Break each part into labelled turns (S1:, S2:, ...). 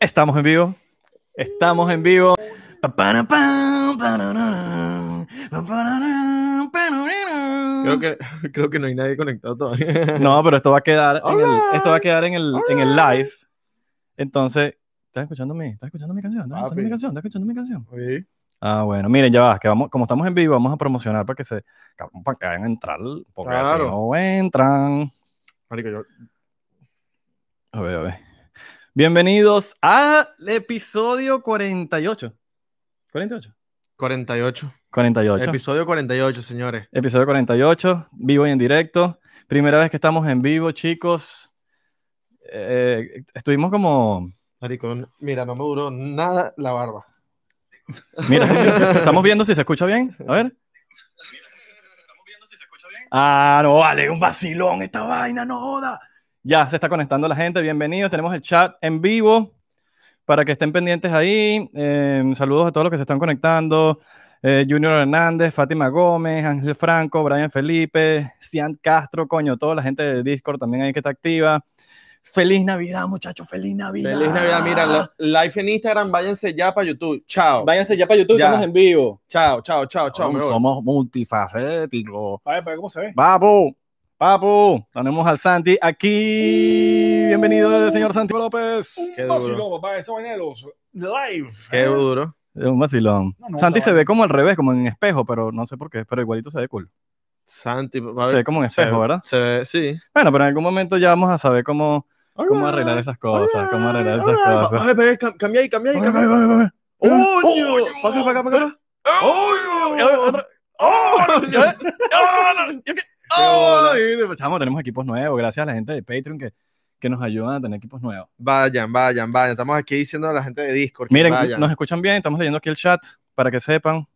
S1: Estamos en vivo. Estamos en vivo. Mm.
S2: Creo que, creo que no hay nadie conectado todavía.
S1: No, pero esto va a quedar en el, esto va a quedar en el, en el live. Entonces, ¿estás escuchando mi, estás escuchando mi canción? ¿Estás escuchando mi
S2: Papi.
S1: canción? ¿Estás escuchando mi canción?
S2: Oye,
S1: Ah, bueno, miren, ya va, que vamos, como estamos en vivo, vamos a promocionar para que se cabrón, para que vayan a entrar, porque así
S2: Claro.
S1: no entran.
S2: marico, yo...
S1: A ver, a ver. Bienvenidos al episodio 48. 48.
S2: 48.
S1: 48.
S2: Episodio 48, señores.
S1: Episodio 48, vivo y en directo. Primera vez que estamos en vivo, chicos. Eh, estuvimos como.
S2: Marico, n- mira, no me duró nada la barba.
S1: Mira, sí, estamos viendo si se escucha bien. A ver. Ah, no, vale, un vacilón esta vaina, no joda. Ya se está conectando la gente, bienvenidos. Tenemos el chat en vivo para que estén pendientes ahí. Eh, saludos a todos los que se están conectando. Eh, Junior Hernández, Fátima Gómez, Ángel Franco, Brian Felipe, Cian Castro, coño, toda la gente de Discord también ahí que está activa. Feliz Navidad, muchachos, feliz Navidad.
S3: Feliz Navidad, mira, lo- live en Instagram, váyanse ya para YouTube. Chao.
S1: Váyanse ya para YouTube,
S3: Ya.
S1: estamos en vivo.
S3: Chao, chao, chao, chao. me voy.
S1: somos multifacéticos.
S4: A ver, para ver cómo se ve.
S1: Papu, papu, tenemos al Santi aquí. Bienvenido el señor Santi López.
S4: Un
S2: Qué
S4: vacilón, papá. Esa vaina de los live.
S2: Qué duro.
S1: Un vacilón.
S4: No, no,
S1: Santi
S4: está
S1: se
S4: bueno.
S1: ve como al revés, como en espejo, pero no sé por qué, pero igualito se ve cool.
S2: Santi, va a
S1: Se
S2: ver-
S1: ve como en
S2: se
S1: espejo,
S2: ve-
S1: ¿verdad?
S2: Se ve, sí.
S1: Bueno, pero en algún momento ya vamos a saber cómo, cómo
S2: Alright,
S1: arreglar esas cosas, cómo arreglar esas
S2: alright, alright.
S1: cosas.
S2: Ay, ve, cam- Cambia ahí, cambia ahí, cambia ahí. ¡Oño! Pa' acá, pa' acá, pa' acá. ¡Oño!
S1: Chamo, tenemos equipos nuevos, gracias a la gente de Patreon que, que nos ayudan a tener equipos nuevos.
S2: Vayan, vayan, vayan. Estamos aquí diciendo a la gente de Discord que
S1: Miren,
S2: vayan.
S1: nos escuchan bien, estamos leyendo aquí el chat para que sepan.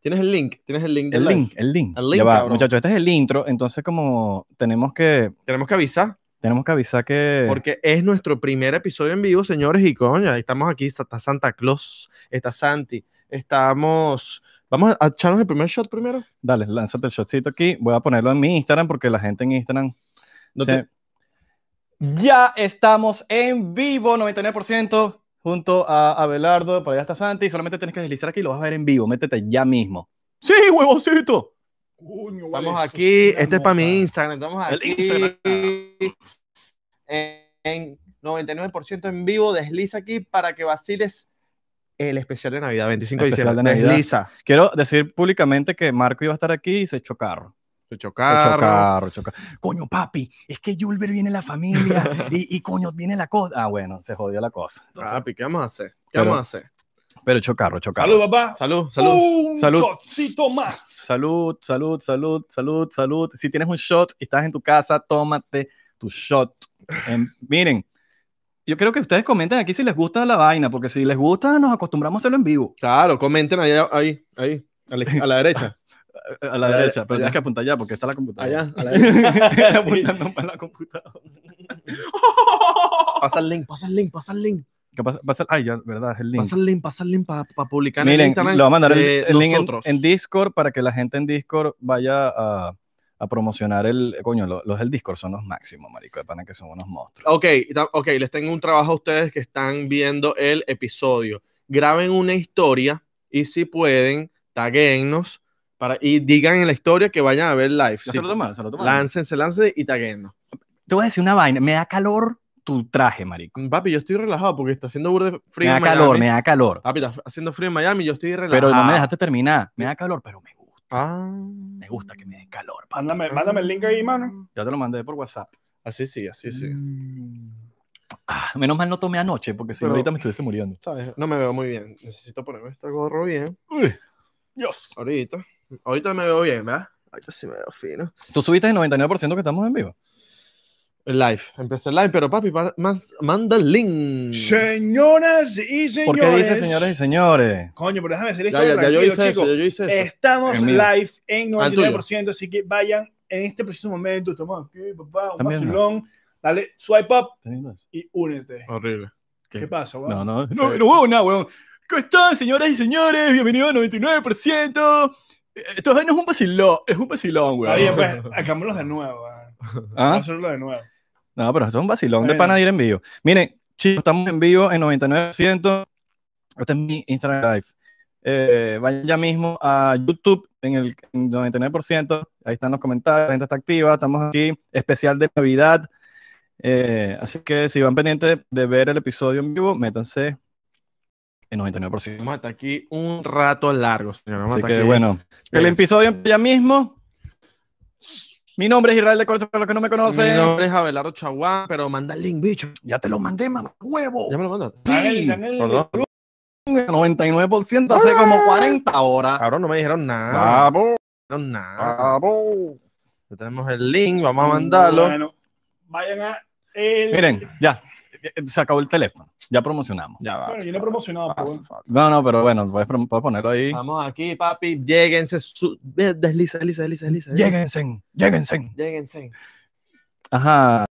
S2: Tienes el link, tienes el link. del
S1: El
S2: live.
S1: link, el link.
S2: El link,
S1: Ya va,
S2: cabrón.
S1: muchachos, este es el intro, entonces como tenemos que,
S2: Tenemos que avisar.
S1: tenemos que avisar que...
S2: Porque es nuestro primer episodio en vivo, señores, y coña, estamos aquí, está, está Santa Claus, está Santi, estamos... Vamos a echarnos el primer shot primero.
S1: Dale, lánzate el shotcito aquí, voy a ponerlo en mi Instagram porque la gente en Instagram...
S2: No
S1: se-
S2: te-
S1: Ya estamos en vivo, 99%, junto a Abelardo, por allá está Santi, solamente tienes que deslizar aquí y lo vas a ver en vivo, métete ya mismo. ¡Sí, huevocito!
S4: Coño, vale,
S2: Estamos
S4: eso
S2: aquí,
S4: una
S2: este es para mi
S4: nota.
S2: Instagram, estamos
S1: El
S2: aquí
S1: Instagram.
S2: en, en 99% en vivo, desliza aquí para que vaciles el especial de Navidad, 25 de
S1: Especial
S2: diciembre,
S1: de Navidad.
S2: desliza.
S1: Quiero decir públicamente que Marco iba a estar aquí y se echó carro.
S2: Se
S1: Ocho
S2: chocar.
S1: carros, ocho carros. Coño, papi, es que Julber viene la familia y, y coño, viene la cosa. Ah, bueno, se jodió la cosa. Entonces,
S2: Papi, ¿qué vamos a hacer? ¿Qué
S1: Pero-
S2: vamos a hacer?
S1: pero chocarro, chocarro.
S4: Salud, papá.
S2: Salud,
S1: Uh.
S2: salud.
S4: Un
S1: Salud.
S4: shotcito más.
S1: Salud, salud, salud, salud, salud. Si tienes un shot y estás en tu casa, tómate tu shot. Em, miren, yo creo que ustedes comenten aquí si les gusta la vaina, porque si les gusta, nos acostumbramos a hacerlo en vivo.
S2: Claro, comenten allá, ahí, ahí, a la, a la derecha.
S1: Eh, A la
S2: Allá,
S1: derecha, pero
S2: allá.
S1: tienes que apuntar allá porque está la computadora.
S2: Allá, a la derecha.
S1: Allá. Apuntando para la computadora.
S2: Pasa el link, pasa el link, pasa el link.
S1: ¿Qué pasa? Pasa- Ay, ya, verdad, es el link.
S2: Pasa el link, pasa el link para publicar en el
S1: Miren,
S2: Instagram
S1: le voy a mandar el,
S2: de
S1: el link en,
S2: eh, nosotros.
S1: en Discord para que la gente en Discord vaya a, a promocionar el. Coño, lo- los del Discord son los máximos, marico, de pana que son unos monstruos.
S2: Ok, ta- ok, les tengo un trabajo a ustedes que están viendo el episodio. Graben una historia y si pueden, taguennos para y digan en la historia que vayan a ver live.
S1: Ya
S2: Sí,
S1: se lo tomaron, se lo tomaron.
S2: láncense, láncense y taguennos.
S1: Te voy a decir una vaina, me da calor tu traje, marico.
S2: Papi, yo estoy relajado porque está haciendo burda de
S1: Me
S2: frío
S1: da
S2: en Miami. Ah,
S1: calor, me da calor.
S2: Papi, está haciendo frío en Miami, yo estoy relajado.
S1: Pero no me dejaste terminar. Me da calor, pero me gusta.
S2: Ah.
S1: Me gusta que me den calor. papi.
S4: Mándame, mándame el link ahí, mano.
S1: Ya te lo mandé por WhatsApp.
S2: Así sí, así
S1: Mm.
S2: sí.
S4: Mm.
S1: Ah, menos mal no tomé anoche, porque si no
S2: Pero-
S1: ahorita me estuviese muriendo.
S2: ¿Sabes? No me veo muy bien. Necesito ponerme este gorro bien.
S4: Dios.
S2: Ahorita. Ahorita me veo bien, ¿verdad? Ahorita sí me veo fino.
S1: Tú subiste el 99% que estamos en vivo.
S2: Live. Empecé el live, pero papi, para- más, manda el link.
S4: Señoras y señores.
S1: Mm. ¿Por qué dice señores y señores?
S4: Coño, pero déjame decir esto.
S2: Ya, ya, ya yo hice eso,
S4: chicos.
S2: ya yo hice eso.
S4: Estamos
S1: El mío.
S4: live en
S2: Al tuyo.
S4: 99%, así que vayan en este preciso momento. Estamos aquí, papá. Un
S1: También.
S4: vacilón. Dale swipe up
S1: ¿Estás viendo eso?
S4: y únete.
S2: Horrible.
S1: ¿Qué?
S4: ¿Qué, pasa, weón?
S1: No, no, no, no huevo, nada, huevón. ¿Cómo están, señoras y señores? Bienvenidos al 99%. Eh, Esto no es un vacilón, es un vacilón,
S4: Está bien,
S1: huevón.
S4: pues, hagámoslo de nuevo. weón. Vamos a
S1: ¿Ah?
S4: hacerlo de nuevo.
S1: No, pero esto es un vacilón de
S4: Bueno.
S1: pana ir en vivo. Miren, Chicos, estamos en vivo en 99%. Este es mi Instagram Live. Eh, vayan ya mismo a YouTube en el en 99%. Ahí están los comentarios, la gente está activa. Estamos aquí, especial de Navidad. Eh, así que si van pendientes de ver el episodio en vivo, métanse en 99%.
S2: Vamos hasta aquí un rato largo, señor. Vamos
S1: Así
S2: hasta
S1: que
S2: aquí.
S1: bueno, el
S2: Es-
S1: episodio ya mismo. Mi nombre es Israel de Cortes, para los que no me
S2: Mi
S1: conocen.
S2: nombre es Abelardo Chaguán, pero manda el link, bicho.
S1: Ya te lo mandé, mamá, huevo.
S2: Ya me lo mandaste.
S4: Están en- están en el
S2: Perdón.
S4: grupo.
S1: 99% hace como 40 horas.
S2: Cabrón, no me dijeron nada.
S1: Vamos,
S2: No me dijeron nada.
S1: vamos.
S2: Ya tenemos el link, vamos a mandarlo.
S4: Bueno, vayan a. El...
S1: Miren, ya, se acabó el teléfono. Ya promocionamos.
S2: Ya va.
S4: Bueno, yo no he
S1: Ah,
S4: promocionado, pues.
S2: Pasa, pasa.
S1: No, no, pero bueno, puedes, prom- puedes ponerlo ahí.
S2: Vamos aquí, papi. Lléguense. Su... Ve, Desliza, desliza, desliza, desliza.
S1: Lléguense, lléguense.
S2: Lléguense.
S1: Ajá.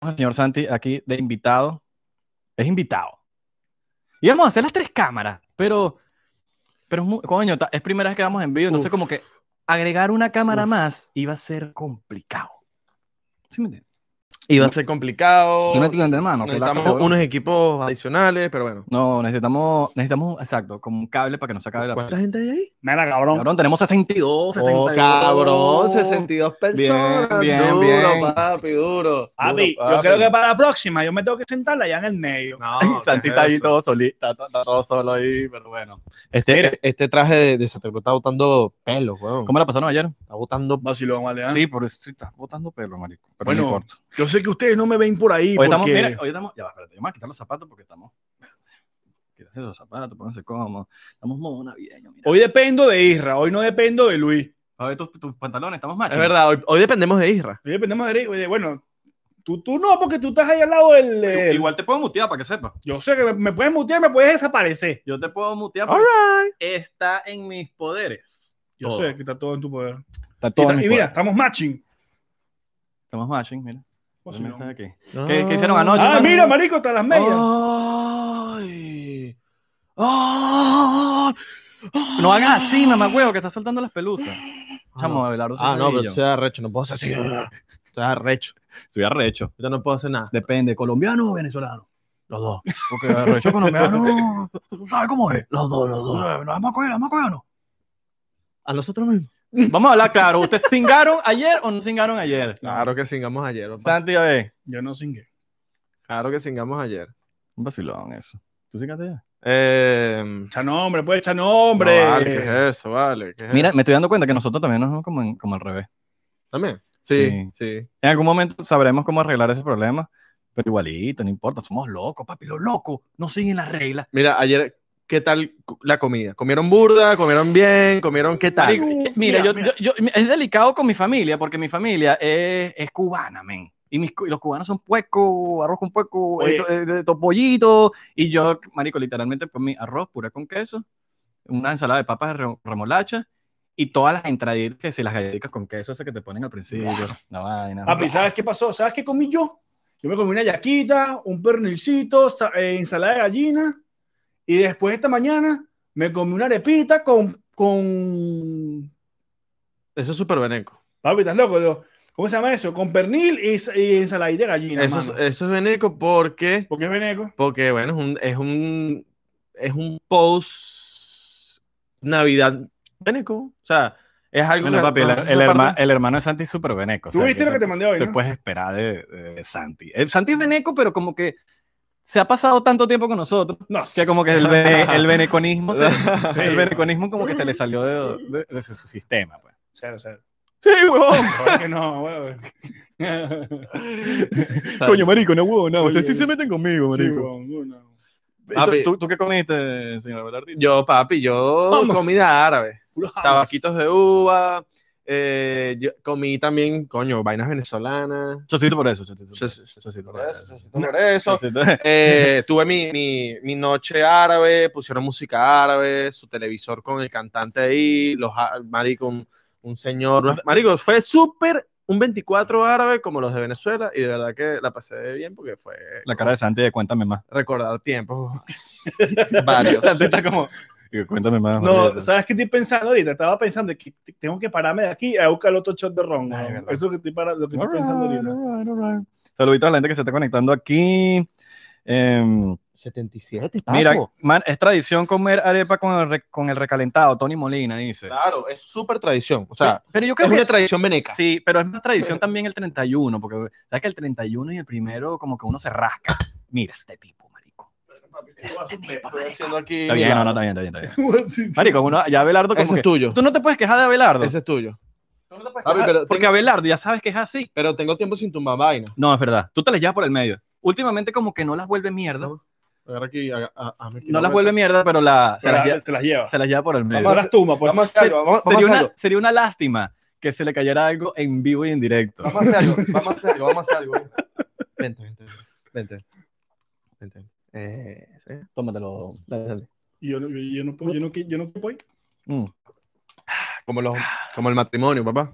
S1: Vamos al Señor Santi, aquí de invitado. Es invitado. Y vamos a hacer las tres cámaras, pero. Pero es muy- coño, ta- es primera vez que vamos en vivo, entonces,
S2: Uf.
S1: como que agregar una cámara
S2: Uf.
S1: más iba a ser complicado. ¿Sí me entiendes?
S2: Y va a ser complicado.
S1: ¿Sí me entiendes, hermano? Que la
S2: Necesitamos
S1: cago.
S2: unos equipos adicionales, pero bueno.
S1: No, necesitamos, necesitamos, exacto, como un cable para que no se acabe la
S2: ¿Cuánta gente hay ahí?
S4: Mira, cabrón.
S1: Cabrón, tenemos
S2: Oh,
S1: 62, 72. personas. Duro,
S2: papi, duro.
S4: Papi, yo creo que para la próxima yo me tengo que sentar allá en el medio.
S2: No,
S1: Santi está ahí todo solito, está, está todo solo ahí, pero bueno.
S2: Este,
S1: Mira.
S2: este traje de, de Santa Cruz está botando pelo, weón.
S1: ¿Cómo la pasaron ayer?
S2: Está botando
S4: Vacilón, ¿vale? ¿ah?
S1: Sí, por eso sí estás botando pelo, marico. Pero
S4: Bueno,
S1: no importa.
S4: Yo sé que ustedes no me ven por ahí.
S1: Hoy estamos,
S4: porque-
S1: mira, hoy estamos, ya va, espérate, yo me voy a quitar los zapatos porque estamos, quítate los zapatos, pónganse cómodos, estamos modo navideño, mira.
S4: Hoy dependo de Isra, hoy no dependo de Luis.
S1: a ver tus, tus pantalones, estamos machos.
S2: Es verdad, hoy, hoy dependemos de Isra.
S4: Hoy dependemos de Luis. Bueno, tú, tú no, porque tú estás ahí al lado del. del-
S1: Igual te puedo mutear para que sepas.
S4: Yo sé que me, me puedes mutear, me puedes desaparecer.
S1: Yo te puedo mutear
S2: All
S1: porque
S2: right.
S1: está en mis poderes.
S4: Yo
S1: Todo.
S4: sé que está todo en tu poder.
S1: Está
S4: Y,
S1: todo
S4: ta-
S1: en mis
S4: y mira,
S1: poderes.
S4: estamos matching.
S1: Estamos matching, mira. Mira, está aquí.
S2: ¿Qué,
S1: qué hicieron anoche?
S4: Ah,
S1: mano.
S4: mira, marico, hasta las medias.
S1: Oh.
S2: Ay. Ay.
S1: No hagas así, mamá huevo, que está soltando las pelusas. Chamo, Abelardo.
S2: Ah, no, pero
S1: Cedillo.
S2: estoy arrecho, no puedo hacer así. Estoy arrecho.
S1: Estoy arrecho.
S2: Yo no puedo hacer nada.
S1: Depende, colombiano o venezolano.
S2: Los dos.
S1: Porque arrecho colombiano, tú sabes cómo es.
S2: Los dos, los
S1: Tú sabes, ¿Nos vamos a coger, nos vamos a coger o no?
S2: A nosotros mismos.
S1: Vamos a hablar claro. ¿Ustedes cingaron ayer o no cingaron ayer?
S2: Claro que singamos ayer, papá.
S1: Santi, a ver.
S4: Yo no singué.
S2: Claro que singamos ayer.
S1: Un vacilón eso. ¿Tú cingaste ayer?
S2: Eh,
S4: Echa nombre, pues echa nombre.
S2: no, vale, ¿qué es eso? Vale. ¿qué es
S1: Mira, me estoy dando cuenta que nosotros también nos vamos como, en- como al revés.
S2: eso? También. Sí, sí.
S1: En algún momento sabremos cómo arreglar ese problema. Pero igualito, no importa, somos locos, papi, los locos no siguen las reglas.
S2: Mira, ayer, ¿qué tal cu- la comida? ¿Comieron burda? ¿Comieron bien? ¿Comieron qué tal?
S1: Marico, eh, mira,
S4: mira,
S1: yo,
S4: mira.
S1: yo- yo- es delicado con mi familia, porque mi familia es, es cubana, men. Y, mis cu- y los cubanos son pueco, arroz con pueco,
S4: Oye.
S1: eh, to- eh, de- to- pollito. Y yo, marico, literalmente, pues mi arroz pura con queso, una ensalada de papas de re- remolacha y todas las entraditas, que si las galletitas con queso, esas que te ponen al principio. La vaina.
S4: Papi, ¿sabes qué pasó? ¿Sabes qué comí yo? Yo me comí una yaquita, un pernilcito, sa- eh, ensalada de gallina. Y después esta mañana me comí una arepita con. con...
S2: Eso es súper veneco.
S4: Papi, estás loco. Yo, ¿Cómo se llama eso? Con pernil y, s- y ensalada de gallina.
S2: Eso es, eh,
S4: mano.
S2: eso es veneco porque,
S4: Porque es veneco.
S2: porque bueno, es un, es un, es un post Navidad veneco. O sea, es algo
S1: Bueno,
S2: que-
S1: papi, el,
S2: no, esa
S1: el
S2: parte-
S1: herma- el hermano de Santi es súper veneco. o
S4: Tú
S1: sea,
S4: viste lo que te mandé hoy,
S1: te
S4: ¿no?
S1: puedes esperar de, de Santi. El Santi es veneco, pero como que se ha pasado tanto tiempo con nosotros
S4: No,
S1: que como que el, vene- el veneconismo, se-
S4: Sí.
S1: el veneconismo como que se le salió de, de- de su, su sistema. Pues.
S4: Cero, cero.
S1: Sí, huevón.
S4: Claro que no, huevón.
S1: Coño, marico, no huevón, no. Ustedes
S4: ustedes
S1: sí
S4: sí
S1: se meten conmigo,
S4: Sí,
S1: marico.
S4: huevón, uno.
S2: Papi.
S1: ¿Tú, tú qué comiste, señor Belardi?
S2: Yo, papi, yo
S4: Vamos.
S2: comida árabe.
S4: Puro jamás.
S2: Tabaquitos de uva. eh, yo comí también, coño, vainas venezolanas.
S1: Chocito por eso, chocito.
S2: Sí,
S1: Por
S2: sí,
S1: eso, chocito por
S2: Por eso,
S1: eso.
S2: por eso.
S1: Chocito.
S2: Eh, tuve mi, mi- mi noche árabe, pusieron música árabe, su televisor con el cantante ahí, los á- marico, un, un señor. Marico, fue súper un 24 árabe como los de Venezuela y de verdad que la pasé bien porque fue
S1: La cara de Santi de cuéntame más.
S2: recordar tiempos varios.
S1: Santi está como... digo, Cuéntame más.
S4: No,
S1: marico.
S4: ¿sabes qué estoy pensando ahorita? Estaba pensando que t- tengo que pararme de aquí a buscar el otro shot de ron.
S1: Ay,
S4: ¿no?
S1: verdad.
S4: Eso que estoy, para- lo que estoy pensando ahorita.
S1: Saluditos a la gente que se está conectando aquí. Em,
S2: 77,
S1: mira,
S2: papo.
S1: man, es tradición comer arepa con el, re- con el recalentado, Tony Molina dice.
S2: Claro, es súper tradición. O sea,
S1: pero yo
S2: es
S1: creo que
S2: una tradición veneca.
S1: Sí, pero es más tradición también el 31, porque sabes que el 31 y el primero como que uno se rasca. Mira este tipo, marico. Este tipo,
S2: Estoy
S1: marico.
S2: haciendo aquí.
S1: Está bien, no,
S2: mira,
S1: no, está bien, está bien, está bien. Marico, uno, ya Abelardo como
S2: Ese es
S1: que...
S2: tuyo.
S1: Tú no te puedes quejar de Abelardo.
S2: Ese es tuyo. Ah,
S1: Tú no te puedes
S2: Papi,
S1: quejar,
S2: pero
S1: porque Abelardo ya sabes que es así.
S2: Pero tengo tiempo sin tumbar vaina.
S1: No, es verdad. Tú te las llevas por el medio. Últimamente como que no las vuelve mierda.
S2: No,
S1: No,
S2: Agarra aquí, aga- a- hazme aquí
S1: las
S2: una
S1: vuelve
S2: vuelta.
S1: mierda, pero la, se, las
S4: Para-
S1: lleva,
S4: te las lleva.
S1: se las lleva por el medio.
S4: Para las tumbas, pues.
S3: Vamos a
S1: Se-
S3: hacer algo, vamos, vamos a
S1: sería,
S3: hacer
S1: una,
S3: algo.
S1: sería una lástima que se le cayera algo en vivo y en directo.
S3: Vamos a hacer algo, vamos a hacer algo, vamos a hacer algo.
S2: Vente, vente, vente. Vente. Eh, sí.
S1: Tómatelo.
S2: Dale, dale.
S4: Yo, no- yo, yo no puedo, yo no, qui- yo no puedo. ir.
S1: Mm.
S2: Como, los, como el matrimonio, papá.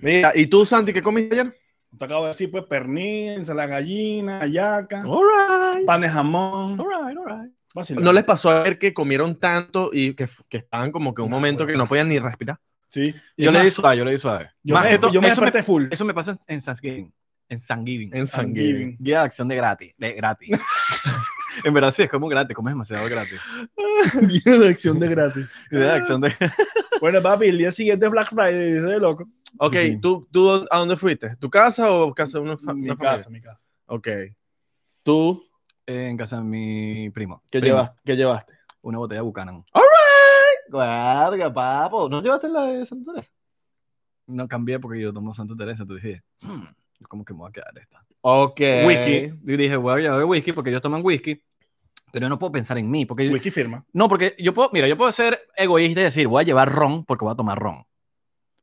S2: Mira, ¿y tú, Santi, qué comiste ayer?
S4: Te acabo de decir, pues, pernil, ensalada gallina, hallaca,
S2: All
S4: pan de jamón.
S2: right, all right.
S4: Vacilón.
S2: Oh. ¿No les pasó a ver que comieron tanto y que, que estaban como que un
S4: No,
S2: momento
S4: bueno.
S2: que no podían ni respirar?
S4: Sí.
S1: Yo le
S4: más,
S1: di suave, yo le di suave.
S4: Yo
S1: Más
S4: me,
S1: que todo,
S4: yo me
S1: eso me
S4: desperté full.
S1: Eso me pasa en- en Thanksgiving. En Thanksgiving.
S2: En
S4: sanguíneo.
S1: Día de acción de gratis. De gratis. en verdad sí, es como gratis, comes demasiado gratis.
S2: de acción de gratis.
S1: Día de acción de...
S4: Bueno, papi, el día siguiente es Black Friday, dice de loco.
S2: Ok,
S1: Sí, sí.
S2: ¿tú, ¿tú a dónde fuiste? ¿Tu casa o casa de una, fa-
S4: Mi
S2: una
S4: casa, mi casa.
S2: familia? Ok. ¿Tú
S1: En casa de mi primo.
S2: qué,
S1: Prima,
S2: llevas, qué llevaste?
S1: Una botella de Buchanan.
S2: Larga, papo. ¿No llevaste la de Santa Teresa?
S1: No cambié porque yo tomo Santa Teresa, tú dije, hmm, yo como que me voy a quedar esta.
S2: Ok.
S4: Eh.
S1: Whisky. Y dije, voy a llevar whisky porque ellos toman whisky. Pero yo no puedo pensar en mí. Porque yo-
S4: Whisky firma.
S1: No, porque yo puedo, mira, yo puedo ser egoísta y decir, voy a llevar ron porque voy a tomar ron.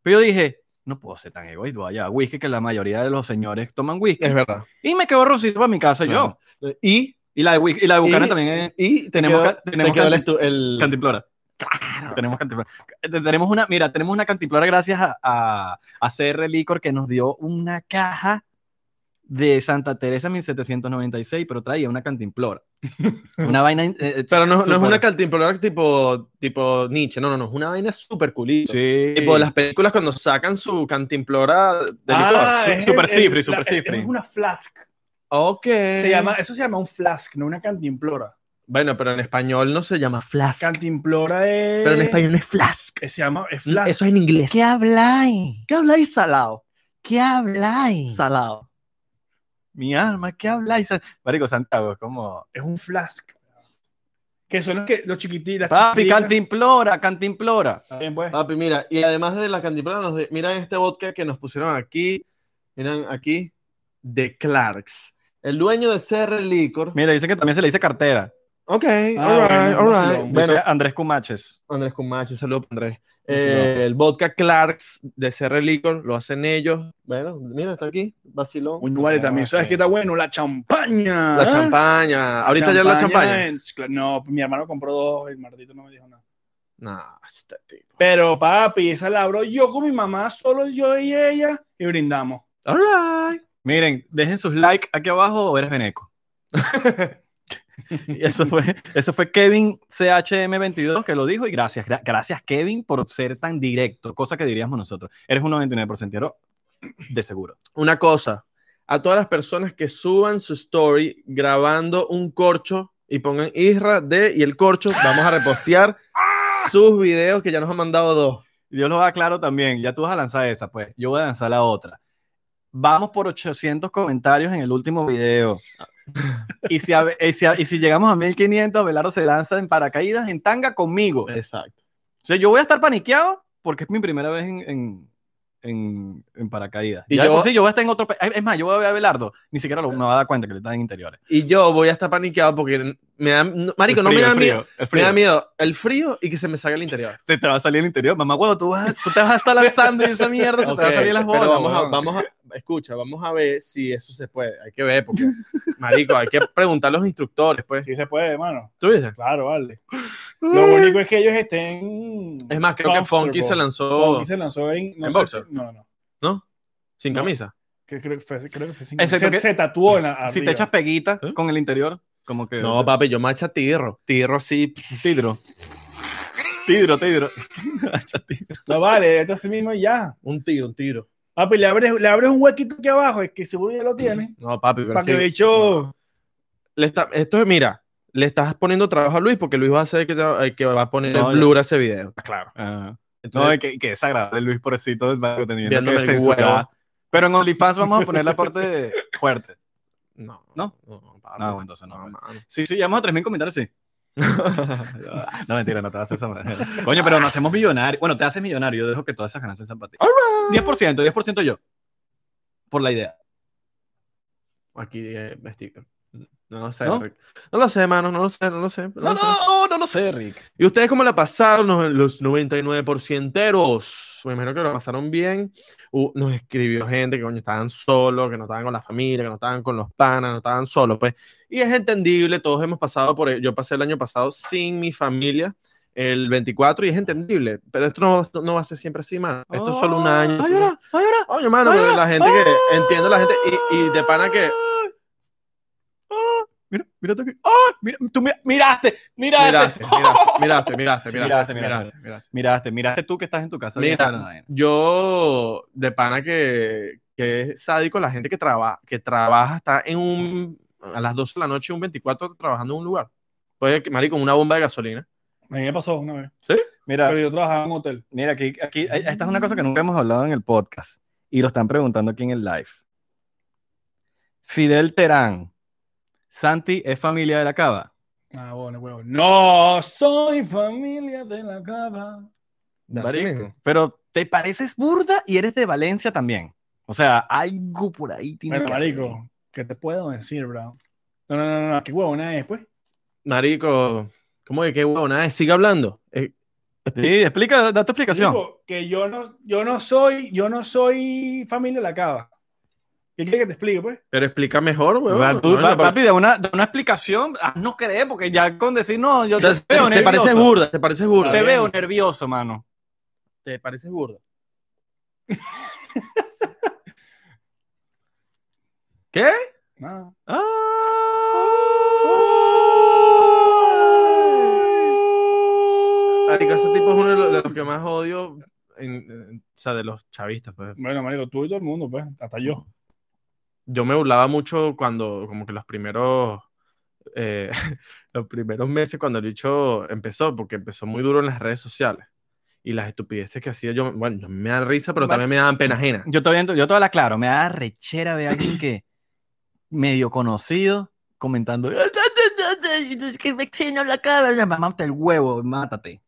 S1: Pero yo dije, no puedo ser tan egoísta, voy a llevar whisky, que la mayoría de los señores toman whisky.
S2: Es verdad.
S1: Y me quedó rosito para mi casa yo.
S2: Eh. Claro. Y,
S1: Y la de, whisky- y la de Buchanan
S2: y-
S1: también es
S2: y te
S1: tenemos
S2: quedó-
S1: ca- tenemos
S2: te quedó el
S1: canti-
S2: estu- el-
S1: cantimplora. Claro. Tenemos cantimplora. Te- Tenemos una, mira, tenemos una cantimplora gracias a, a, a CR Licor que nos dio una caja de Santa Teresa 1796, pero traía una cantimplora. Una vaina. eh, eh,
S2: Pero no, no es
S1: súper-
S2: una cantimplora tipo, tipo Nietzsche, no, no, no, es una vaina súper culita.
S1: Sí.
S2: Tipo las películas cuando sacan su cantimplora de
S1: Ah,
S2: licor.
S1: es- Super Cifri,
S4: la-
S1: Super
S4: es-
S1: Cifri.
S4: Es una flask.
S2: Ok.
S4: Se llama, eso se llama un flask, no una cantimplora.
S2: Bueno, pero en español no se llama flask.
S4: Cantimplora es.
S2: Pero en español es flask.
S4: Se llama es flask.
S2: Eso es en inglés.
S5: ¿Qué habláis? ¿Qué habláis, Salao? ¿Qué habláis?
S2: salado?
S1: Mi alma, ¿qué habláis? Marico Santiago, es como.
S4: Es un flask. Que son los que los chiquititos. las
S1: Papi,
S4: chiquititas.
S1: cantimplora, cantimplora.
S4: Está bien, pues.
S2: Papi, mira, y además de la cantimplora, nos de- miran este vodka que nos pusieron aquí. Miran aquí, de Clarks. El dueño de CR Licor.
S1: Mira, dicen que también se le dice cartera.
S2: Ok,
S4: bueno,
S2: alright, alright.
S4: vacilón.
S2: Ah, Bueno,
S1: Dice Andrés Cumaches.
S2: Andrés Cumacho, un saludo para Andrés.
S1: Un saludo.
S2: Eh, el vodka Clarks de CR Licor, lo hacen ellos. Bueno, mira, está aquí, vacilón.
S4: Coño, vale, también sabes que está bueno la champaña.
S2: La
S4: ¿eh?
S2: champaña. Ahorita ya la champaña.
S4: en- cla- No, mi hermano compró dos, el maldito no me dijo nada.
S2: Nah, este tipo.
S4: Pero papi, esa la abro yo con mi mamá, solo yo y ella, y brindamos.
S2: Alright.
S1: Miren, dejen sus likes aquí abajo o eres veneco. y eso fue, eso fue Kevin CHM22 que lo dijo y gracias, gra- gracias Kevin por ser tan directo, cosa que diríamos nosotros. Eres un 99% de seguro.
S2: Una cosa, a todas las personas que suban su story grabando un corcho y pongan Isra de y el corcho, vamos a repostear sus videos que ya nos han mandado dos.
S1: Dios lo aclaro también, ya tú vas a lanzar esa, pues yo voy a lanzar la otra. Vamos por 800 comentarios en el último video. Y si, a- y si, a- y si llegamos a 1500, Abelardo se lanza en paracaídas en tanga conmigo.
S2: Exacto.
S1: O sea, yo voy a estar paniqueado porque es mi primera vez en, en, en- en paracaídas.
S2: Y
S1: Y ya de
S2: yo-
S1: por sí, yo voy a estar en otro. pa- Es más, yo voy a ver a Belardo. Ni siquiera lo- me va a dar cuenta que le están en interiores.
S2: Y yo voy a estar paniqueado porque me da, no, marico,
S1: El
S2: no
S1: frío,
S2: me da
S1: el
S2: miedo.
S1: frío, el
S2: Me
S1: frío.
S2: da miedo el frío y que se me salga el interior.
S1: Se te va a salir el interior. Mamá, huevo, tú, vas, tú te vas a estar lanzando y esa mierda se te va a
S2: Ok,
S1: salir las
S2: pero
S1: bolas.
S2: Vamos a,
S1: huevón.
S2: vamos a- escucha, vamos a ver si eso se puede. Hay que ver, porque, marico, hay que preguntar a los instructores, pues.
S4: Sí se puede, hermano.
S2: ¿Tú dices?
S4: Claro, vale. Lo único es que ellos estén.
S2: Mm. Es más, creo que Funky se lanzó
S4: Funky se lanzó en. No,
S2: ¿En
S4: sé
S2: boxer?
S4: si- no, no.
S2: sin
S4: No.
S2: camisa.
S4: Que creo que fue, creo que fue sin-
S1: Excepto
S4: se,
S1: que-
S4: se tatuó en la.
S1: Si
S4: arriba.
S1: te echas peguita
S2: ¿Eh?
S1: con el interior, como que.
S2: No, papi, yo me echa tirro. Tirro así.
S1: Tidro. Tidro, tidro. Hacha tidro.
S4: No vale, esto así mismo y ya.
S2: Un tiro, un tiro.
S4: Papi, le abres, le abres un huequito aquí abajo, es que seguro ya lo tiene.
S2: No, papi, pero
S4: Para
S2: es
S4: que
S2: que-
S4: de hecho.
S2: le está- esto es, mira, le estás poniendo trabajo a Luis porque Luis va a ser el que, te- el que va a poner
S1: No,
S2: el blur a ese video. Está claro.
S1: Ajá. No,
S2: Entonces,
S1: es que, que es agradable Luis Pobrecito está teniendo
S2: Viéndome
S1: que
S2: el
S1: censurar.
S2: huevo.
S1: Pero en OnlyFans vamos a poner la parte fuerte.
S2: no,
S1: ¿No?
S2: no, papi.
S1: No, entonces no.
S2: mano.
S1: Sí, sí, llegamos a 3.000 comentarios, sí. no, mentira, no te vas a hacer esa manera. Coño, pero nos hacemos millonarios. Bueno, te haces millonario, yo dejo que todas esas ganancias sean para ti. 10%, 10% yo. Por la idea.
S2: Aquí eh, sticker. No lo sé,
S1: ¿No?
S2: Rick. ¿No? lo sé, hermano, no lo sé, no lo sé. no
S1: No,
S2: lo sé.
S1: no, no lo sé, Rick.
S2: ¿Y ustedes cómo la pasaron los- los 99%eros? Me imagino que lo pasaron bien. Uh, nos escribió gente que coño, estaban solos, que no estaban con la familia, que no estaban con los panas, no estaban solos. Pues. Y es entendible, todos hemos pasado por... e, Yo pasé el año pasado sin mi familia, el 24, y es entendible. Pero esto no, no va a ser siempre así, mano. Esto es solo un
S1: Ah,
S2: año.
S5: ¡Ay, ahora! ¡Ay, ahora!
S2: Oye, mano,
S5: Ay,
S2: pero
S5: ahora.
S2: la gente que... Entiendo la gente y, y de pana que...
S1: Mira, mírate aquí. ¡Ah! Mira, tú mi- miraste, miraste.
S2: Miraste, miraste, miraste, miraste,
S1: Sí, miraste,
S2: miraste,
S1: miraste.
S2: miraste.
S1: Miraste, miraste tú que estás en tu casa.
S2: Mira.
S1: viendo la vaina.
S2: Yo, de pana que, que es sádico la gente que, trabaja que trabaja, está en un, a las 12 de la noche, un 24, trabajando en un lugar. Puede que, marico, una bomba de gasolina.
S4: A mí me pasó una vez.
S1: Mira,
S4: Pero yo trabajaba en un hotel.
S1: Mira, aquí, aquí, eh, esta es una cosa que nunca hemos hablado en el podcast y lo están preguntando aquí en el live. Fidel Terán, Santi es familia de la cava.
S4: Ah, bueno, huevo. No, soy familia de la cava.
S1: Marico, Pero te pareces burda y eres de Valencia también. O sea,
S5: Algo por ahí tiene
S4: Bueno,
S5: que haber.
S4: marico, ¿qué te puedo decir, bro? No, no, no, no, qué pues. huevo, nada después.
S2: Marico, ¿cómo que qué huevo? Nada, sigue hablando. Eh,
S1: sí, explica, da tu explicación.
S4: Digo, que yo no, yo no soy, yo no soy familia de la cava. ¿Qué quieres que te explique, pues?
S2: pero explica mejor, huevón.
S1: Va, tú,
S2: No,
S1: va,
S2: no,
S1: papi, de una, de una explicación, ah, no crees, porque ya con decir no, yo
S2: o
S1: te
S2: sea,
S1: veo
S2: te, te
S1: nervioso.
S2: parece burda, te parece burda.
S1: te veo nervioso, mano.
S2: Te parece burda. ¿Qué?
S4: Nada.
S1: ¡Ah!
S2: Marico, ese tipo es uno de los, de los que más odio, en- en- o sea, de los chavistas. Pues.
S4: Bueno, marico, tú y todo el mundo, pues, hasta yo.
S2: Yo me burlaba mucho cuando, como que los primeros, eh, los primeros meses cuando el bicho empezó, porque empezó muy duro en las redes sociales. Y las estupideces que hacía yo, bueno, yo- me dan risa, pero
S1: Mar-
S2: también me dan pena ajena.
S1: Yo todavía, ent- yo todavía la claro, me da rechera ver a alguien que medio conocido comentando "Eh,
S5: Es que vecino la cara. Ya, Mamá, el huevo, mátate.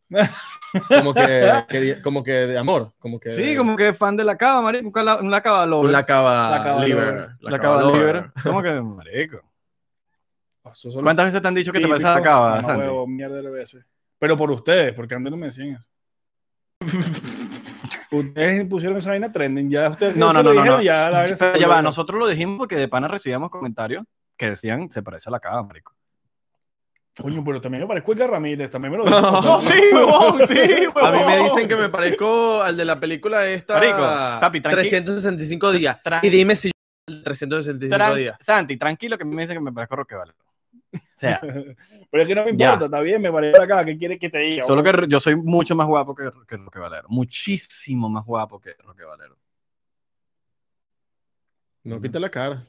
S2: Como que, que- como que de amor, como que...
S1: Sí, como que fan de la cava, marico, un cala- un la cava lover.
S2: La
S4: La cava
S2: cava libre.
S4: lover.
S1: La cava libre. ¿Cómo que, marico?
S4: Eso solo-
S1: ¿Cuántas veces te han dicho que te
S4: Típico,
S1: pareces a la cava,
S4: mamá
S1: Santi?
S4: huevo, mierda de veces. Pero por ustedes, porque antes no me decían eso. ustedes pusieron esa vaina trending, ya ustedes
S1: No,
S4: se
S1: no,
S4: lo
S1: no, no,
S4: dijeron,
S1: no.
S4: ya la vaina se
S1: Ya
S4: volvió
S1: va,
S4: loca.
S1: nosotros lo dijimos porque de pana recibíamos comentarios que decían, se parece a la cava, marico.
S4: Coño, pero también me parezco a Edgar Ramírez, también me lo
S1: No, sí, huevón, sí, huevón.
S2: A mí me dicen que me parezco al de la película esta.
S1: Marico, papi, tranqui-
S2: 365 días.
S1: Tran-
S2: Y dime si yo el 365
S1: Tran-
S2: días.
S1: Santi, tranquilo que a mí me dicen que me parezco a Roque Valero. O sea,
S4: Pero es que no me importa, está bien, me parezco a la cava, ¿qué quieres que te diga?
S1: solo que yo soy mucho más guapo que, que Roque Valero. Muchísimo más guapo que Roque Valero.
S2: No quita la cara.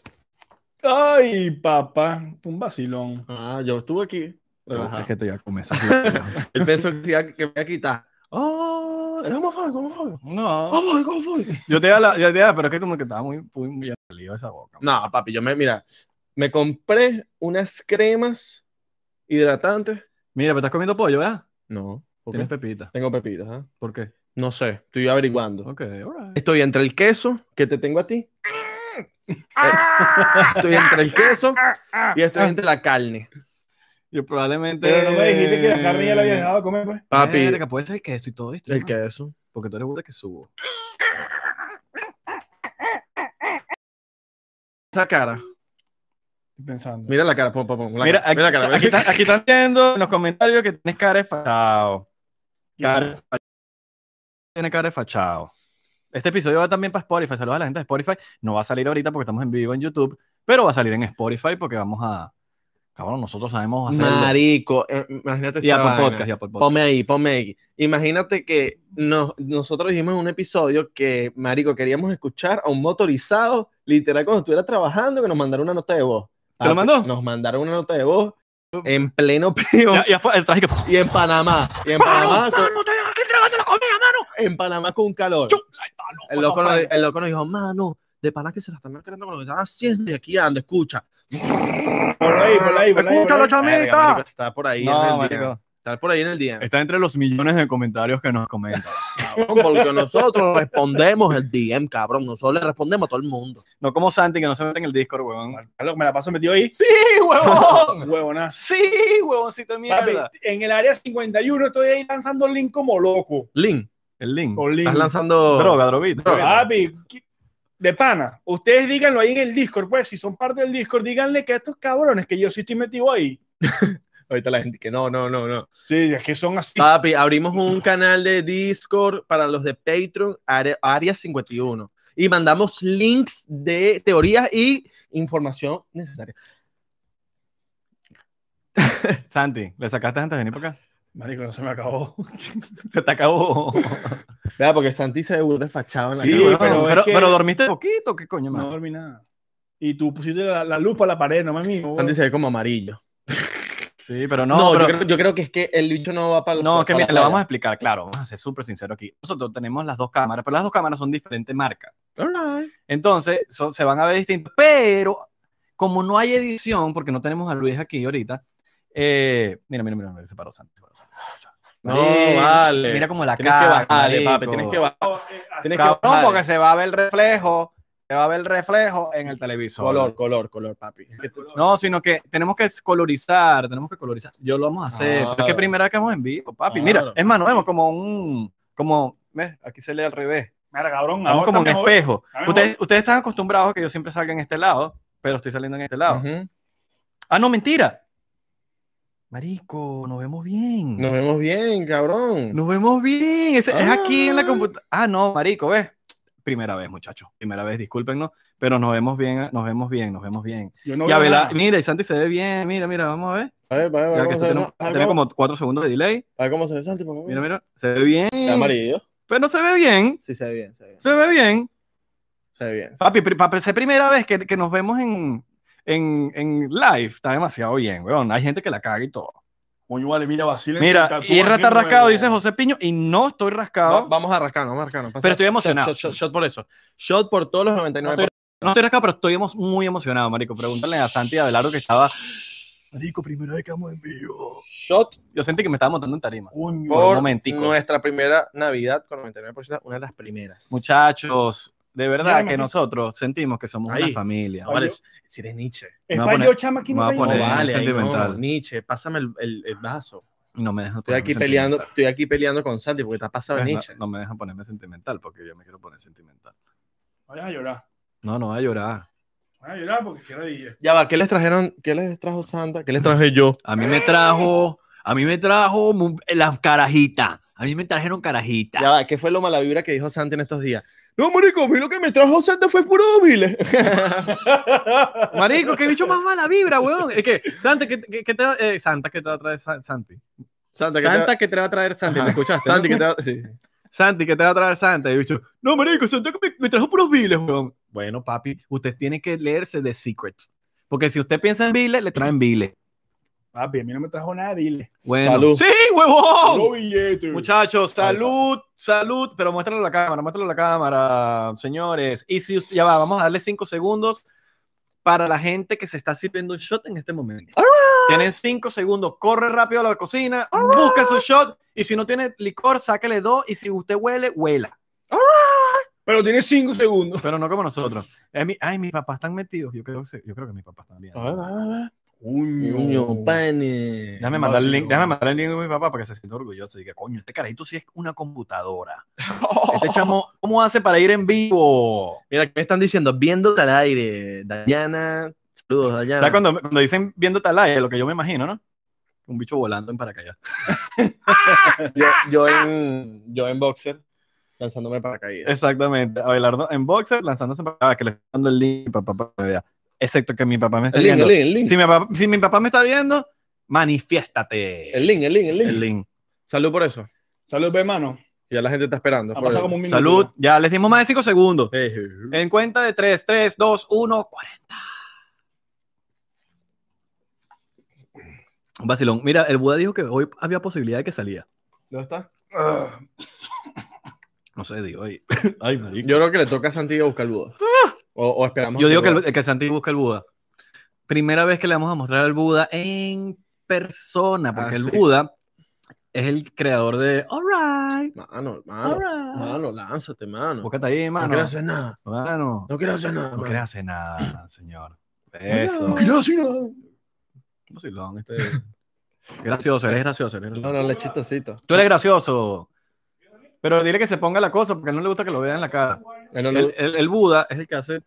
S4: Ay, papá, un vacilón.
S2: Ah, yo estuve aquí. relajado.
S1: Es que te iba a comer eso.
S2: Él pensó que, se iba- que me iba a quitar.
S1: Ah,
S2: Oh, era homofóbico, homofóbico.
S1: No.
S2: Homofóbico, homofóbico.
S1: Yo te iba a la, yo te iba a- pero es que como que estaba muy, muy, muy salido esa boca.
S2: No, papi, yo me, mira, me compré unas cremas hidratantes.
S1: Mira, pero estás comiendo pollo, ¿verdad?
S2: No, porque
S1: Tienes pepita.
S2: tengo pepitas. ¿ah?
S1: ¿Por qué?
S2: No sé, estoy averiguando.
S1: Ok, alright.
S2: Estoy entre el queso que te tengo a ti. Eh, Estoy entre el queso y estoy entre la carne.
S1: Yo probablemente.
S4: Pero no me dijiste que la carne ya la había dejado de comer, pues.
S2: Papi,
S1: Verga, puede ser el queso y todo esto.
S2: el
S1: ¿no?
S2: queso.
S1: Porque tú eres burda que subo.
S2: Esa cara.
S4: Estoy pensando.
S2: Mira la cara, pon, pon, pon, la
S1: Mira,
S2: cara,
S1: aquí,
S2: mira la cara.
S1: aquí están, aquí están viendo en los comentarios que tienes cara de fachado. Cara de fachao. Tiene cara de fachado. Este episodio va también para Spotify. Saludos a la gente de Spotify. No va a salir ahorita porque estamos en vivo en YouTube, pero va a salir en Spotify porque vamos a
S5: Cabrón, nosotros sabemos hacerlo.
S2: Marico, eh, imagínate.
S1: Y
S2: esta
S1: Apple
S2: vaina.
S1: Podcast, y Apple Podcast.
S2: Ponme ahí, ponme ahí. Imagínate que nos- nosotros dijimos en un episodio que, marico, queríamos escuchar a un motorizado, literal, cuando estuviera trabajando, que nos mandara una nota de voz.
S1: ¿Te lo mandó?
S2: Nos mandaron una nota de voz en pleno prio
S1: Ya- ya fue el trágico.
S2: y en Panamá. Y en Panamá, con- en Panamá con calor. El loco, nos, el loco nos dijo, mano, de pana que se la están marcando con lo que están haciendo y aquí ando, escucha.
S4: Por ahí, por ahí, por ahí. por
S2: Escúchalo,
S4: ahí.
S2: chamita. marico, Está por ahí
S1: No,
S2: en el día.
S1: marico.
S2: Está por ahí en el día.
S1: Está entre los millones de comentarios que nos comentan.
S2: Porque nosotros respondemos el DM, cabrón. Nosotros le respondemos a todo el mundo.
S1: No como Santi, que no se mete en el Discord, weón.
S4: Carlos, me la paso metido ahí.
S1: ¡Sí, huevón!
S4: Huevona.
S1: ¡Sí, huevoncito de
S4: Papi,
S1: mierda!
S4: en el área 51 estoy ahí lanzando el link como loco.
S2: Lin,
S1: El link.
S4: Con link.
S2: estás lanzando
S1: Droga, droguita.
S2: Ah,
S1: droguita.
S4: Papi, ¿qué- de pana. Ustedes díganlo ahí en el Discord, pues, si son parte del Discord, díganle que a estos cabrones que yo sí estoy metido ahí.
S2: Ahorita la gente que no, no, no, no.
S4: Sí, es que son así.
S1: Ah.
S2: Papi, abrimos un canal de Discord para los de Patreon, Are- Área 51. Y mandamos links de teorías y información necesaria.
S1: Santi, ¿le sacaste antes de venir para acá?
S4: Marico, no se me acabó.
S1: Se te acabó.
S2: Vea, porque Santi se ve desfachado en la
S4: Sí,
S2: cama.
S1: Huevón,
S4: pero es que-
S1: dormiste poquito, ¿qué coño,
S4: No
S1: man?
S4: dormí nada. Y tú pusiste la, la luz para la pared, no mami. huevón.
S2: Santi se ve como amarillo.
S1: Sí, pero no,
S2: No, yo,
S1: pero-
S2: creo, yo creo que es que el bicho no va para
S1: No, es que
S2: para
S1: mira,
S2: la
S1: le
S2: playa.
S1: vamos a explicar, claro, vamos a ser súper sinceros aquí. Nosotros tenemos las dos cámaras, pero las dos cámaras son diferentes marcas. Entonces, son- se van a ver distintos, pero como no hay edición, porque no tenemos a Luis aquí ahorita, eh, mira, mira, mira, mira, se paró Santi, se paró Santi.
S2: No,
S1: Marico,
S2: vale.
S1: Mira como la
S2: Tienes que
S1: cara.
S2: bajarle, papi. Tienes que bajar.
S4: Oh, eh, ah,
S2: Tienes que
S1: Cabrón,
S2: bajarle.
S1: porque se va a ver el reflejo, se va a ver el reflejo en el televisor.
S2: Color, color, color, papi.
S1: No, sino que tenemos que colorizar, tenemos que colorizar. Yo lo vamos a hacer.
S2: Claro.
S1: pero es que primera vez que vamos en vivo, papi.
S2: Claro.
S1: Mira, es más, nos vemos como un, como, ¿ves? Aquí se lee al revés.
S4: mira, cabrón,
S1: Estamos
S4: ahora
S1: como un
S4: está mejor.
S1: espejo.
S4: está mejor.
S1: Ustedes, ustedes están acostumbrados a que yo siempre salga en este lado, pero estoy saliendo en este lado. Ah, no, mentira. Marico, nos vemos bien.
S2: Nos vemos bien, cabrón.
S1: Nos vemos bien. Es, es aquí en la
S2: Ah.
S1: computadora. Ah, no, marico, ¿ves? Primera vez, muchachos. Primera vez, discúlpenos, pero nos vemos bien, nos vemos bien, nos vemos bien.
S4: Yo no
S1: y
S4: veo
S1: Abela-
S4: nada.
S1: mira, y Santi se ve bien. Mira, mira, vamos a ver.
S2: A ver, a ver,
S1: Ya
S2: vamos
S1: que
S2: a
S1: esto
S2: ver,
S1: tiene,
S2: ¿no? A ver,
S1: tiene
S2: vamos-
S1: como cuatro segundos de delay.
S2: a ver cómo se ve Santi. por favor.
S1: Mira, mira. Se ve bien.
S2: Está amarillo.
S1: Pero no se ve bien.
S2: Sí, se ve bien, se ve bien.
S1: Se ve bien.
S2: Se ve bien.
S1: Papi, pri- papi, es primera vez que, que nos vemos en, en, en live. Está demasiado bien, weón. Hay gente que la caga y todo.
S4: Coño, vale, mira, vacilen.
S1: Mira,
S4: Tatúa
S1: Irra
S4: aquí
S1: está
S4: nuevo.
S1: rascado, dice José Piño, y no estoy
S2: Va-
S1: rascado.
S2: vamos a rascarnos, vamos a rascarnos. Pasa.
S1: Pero estoy emocionado.
S2: Shot, shot, shot por eso. Shot por todos los
S1: No
S2: 99.
S1: estoy, no estoy rascado, pero estoy emo- muy emocionado, marico. Pregúntale a Santi y a Abelardo que estaba... Marico, primera vez que vamos en vivo.
S2: Shot
S1: Yo sentí que me estaba montando en tarima.
S4: Coño.
S1: Por un
S2: por
S1: momentico.
S2: nuestra primera Navidad con 99%, una de las primeras.
S1: Muchachos, de verdad
S4: Mírame.
S1: que nosotros sentimos que somos
S2: Ahí.
S1: una familia.
S2: No, vale, si eres Nietzsche.
S1: Me
S4: Es
S1: voy a
S4: pa'
S1: poner-
S4: yo, chama, aquí
S1: me voy a
S4: no
S2: No
S1: poner-
S4: tengo nada.
S2: vale, ahí
S1: sentimental.
S2: no, Nietzsche, pásame el, el- el vaso.
S1: No me dejan
S2: Estoy aquí peleando, estoy aquí peleando con Santi porque te ha pasado Nietzsche.
S1: No, me dejan ponerme sentimental porque yo me quiero poner sentimental.
S4: Voy a llorar.
S1: No, no voy a llorar.
S4: Voy a llorar porque quiero ir.
S2: Ya va, ¿qué les trajeron? ¿Qué les trajo Santa? ¿Qué les traje yo?
S5: A mí me trajo, a mí me trajo mu- las carajitas. A mí me trajeron carajitas.
S2: Ya va, ¿qué fue lo mala vibra que dijo Santi en estos días? No, marico, a mí lo que me trajo Santa fue puro doble.
S1: Marico, qué bicho más mala vibra, weón. Es que, Santa, ¿qué, qué- qué te va, eh, Santa, ¿qué te va a traer Sa- Santi?
S2: Santa, ¿qué te-
S1: Santa, ¿qué te va a traer Santi? ¿Me
S2: Ajá.
S1: escuchaste?
S2: Santi,
S1: no?
S2: ¿qué te va- sí.
S1: Santi, ¿qué te va a traer Santa? Y el bicho, no, marico, Santa me, me trajo puros viles, weón. Bueno, papi, usted tiene que leerse The Secrets. Porque si usted piensa en viles, le traen viles.
S4: Papi, a mí no me trajo nada, dile.
S1: Bueno. Oh.
S2: Salud.
S1: ¡Sí, huevón!
S4: No billete.
S1: Muchachos,
S2: Mm. Ahí
S1: salud, salud, pero muéstralo a la cámara, muéstralo a la cámara, señores. Y si ya va, vamos a darle cinco segundos para la gente que se está sirviendo un shot en este momento. Tienen cinco segundos, corre rápido a la cocina, busca su shot y si no tiene licor, sáquele dos y si usted huele, huela.
S4: Pero tiene cinco segundos.
S1: Pero no como nosotros. Eh, mi- ay, mis papás están metidos. Yo creo, que se- yo creo que mis papás están bien.
S2: A ver, a ver, a ver. Coño,
S4: Coño.
S2: pane.
S1: Déjame mandar el link,
S4: vacilón.
S1: déjame mandar el link a mi papá para que se sienta orgulloso y diga, coño, este carajito sí es una computadora. Este chamo, ¿cómo hace para ir en vivo?
S2: Mira, ¿qué me están diciendo? Viéndote al aire, Dayana. Saludos,
S1: O
S2: Dayana.
S1: sea, cuando, cuando dicen viendo tal aire, lo que yo me imagino, ¿no? Un bicho volando en paracaídas.
S2: yo, yo en, yo en boxer, lanzándome para caídas.
S1: Exactamente. Abelardo en boxer lanzándose en paracaídas, que le estoy dando el link para, para, para que vea. excepto que mi papá me está
S3: El link,
S1: viendo.
S3: el link, el link.
S1: Si mi, papá, si mi papá me está viendo, manifiéstate.
S3: El link, el link, el link.
S1: El link.
S2: Salud por eso.
S4: Salud, pe, hermano.
S2: Ya la gente está esperando.
S4: Ha
S2: por
S4: pasado
S2: eso.
S4: como un minuto.
S1: Salud. Ya les dimos más de 5 segundos.
S2: Eh,
S1: En cuenta de 3, 3, 2, 1, 40. Un vacilón. Mira, el Buda dijo que hoy había posibilidad de que salía.
S2: ¿Dónde está?
S4: Ah.
S1: No sé, digo. Ay, ay marico.
S2: Yo creo que le toca a Santi buscar Buda. O, o esperamos.
S1: Yo
S2: a
S1: digo que,
S2: Buda.
S1: el- que Santi busca el Buda. Primera vez que le vamos a mostrar al Buda en persona, porque
S2: Ah,
S1: el
S2: sí.
S1: Buda es el creador de All Right,
S2: Mano,
S1: All
S2: mano.
S1: Right.
S2: Mano, lánzate, mano.
S1: Búscate ahí,
S2: Ah, No
S1: mano.
S2: quiero hacer nada.
S1: Mano.
S2: No quiero hacer nada.
S1: No
S2: mano.
S1: quiere hacer nada, señor. Eso.
S4: No
S1: Vacilón, este.
S2: Este-
S1: Gracioso, eres gracioso. eres gracioso.
S2: No, no, le chistosito.
S1: Tú eres gracioso. Pero dile que se ponga la cosa porque a él no le gusta que lo vean en la cara.
S2: Él no le
S1: El,
S2: gusta
S1: el- el Buda es el que hace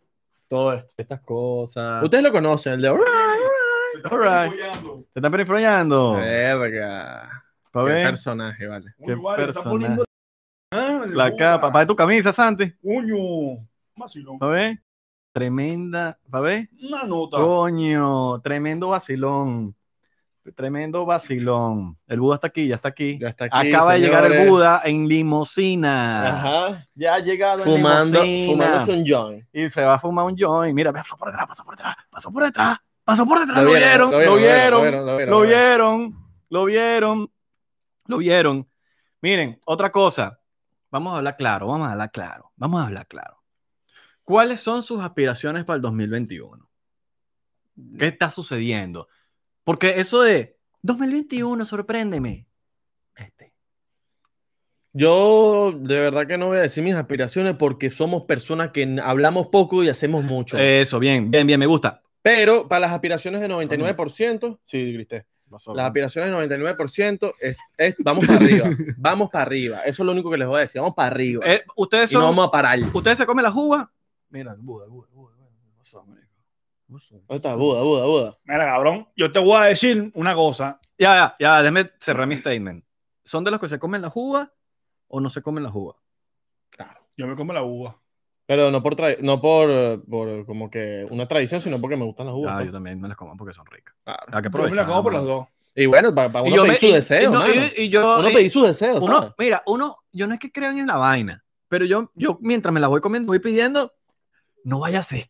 S2: todo esto.
S1: estas cosas.
S2: Ah. Ustedes lo conocen, el de.
S1: Alright. Te están perfilando.
S2: Verga.
S1: Pa'
S2: Qué
S1: ver
S2: personaje, vale.
S1: Qué personaje.
S4: Ah, el
S1: La
S4: Buda.
S1: capa. Pa' ver tu camisa, Santi.
S4: Coño. Vacilón.
S1: Pa' ver. Tremenda. Pa' ver.
S4: Una nota.
S1: Oh. Coño. Tremendo vacilón. Tremendo vacilón. El Buda está aquí, ya está aquí.
S2: Ya está aquí,
S1: Acaba de llegar el
S2: señores.
S1: Buda en limosina.
S2: Ajá.
S1: Ya ha llegado
S2: Fumando,
S1: en limosina.
S2: fumando un John.
S1: Y se va a fumar un joint. Mira, pasó por detrás, pasó por detrás, pasó por detrás, pasó por detrás. Lo, vieron, lo vieron,
S2: lo vieron,
S1: lo
S2: lo vieron.
S1: vieron, lo vieron, lo vieron. Miren, otra cosa. Vamos a hablar claro, vamos a hablar claro, vamos a hablar claro. ¿Cuáles son sus aspiraciones para el 2021? ¿Qué está sucediendo? Porque eso de 2021, sorpréndeme. Este.
S2: Yo de verdad que no voy a decir mis aspiraciones porque somos personas que n- hablamos poco y hacemos mucho.
S1: Eso, bien, bien, bien, me gusta.
S2: Pero para las aspiraciones del 99%, sí, grité. Las aspiraciones del 99% es, es- vamos para arriba. Vamos para arriba. Eso es lo único que les voy a decir. Vamos para arriba.
S1: Eh, ustedes
S2: y no
S1: son
S2: vamos a parar.
S1: ¿Ustedes se comen las uvas? Mira, el Buda, el Buda, el Buda. ¿Qué pasó, marico? ¿Qué pasó?
S2: Ahí está, Buda, Buda, Buda.
S4: Mira, cabrón. Yo te voy a decir una cosa.
S1: Ya, ya, ya, déjame cerrar mi statement. ¿Son de los que se comen las uvas o no se comen las uvas?
S4: Yo me como la uva.
S2: Pero no por, tra- no por, eh, por como que una tradición, sino porque me gustan las uvas.
S1: Ah,
S2: pues.
S1: yo también me las como porque son ricas.
S2: Claro.
S1: Ah, que
S4: Yo me la como por las
S1: aprovechar,
S4: dos.
S2: Y bueno, para, para
S1: mano. Y
S2: uno
S1: yo
S2: pedir
S1: me-
S2: su
S1: y-
S2: deseo,
S1: y no,
S2: mano.
S1: y- y yo-
S2: Uno
S1: y-
S2: pedir su deseo,
S1: uno-
S2: ¿sabes?
S1: mira, uno, yo no es que crean en la vaina, pero yo, yo mientras me las voy comiendo, voy pidiendo, no vaya a ser. ¿Sí,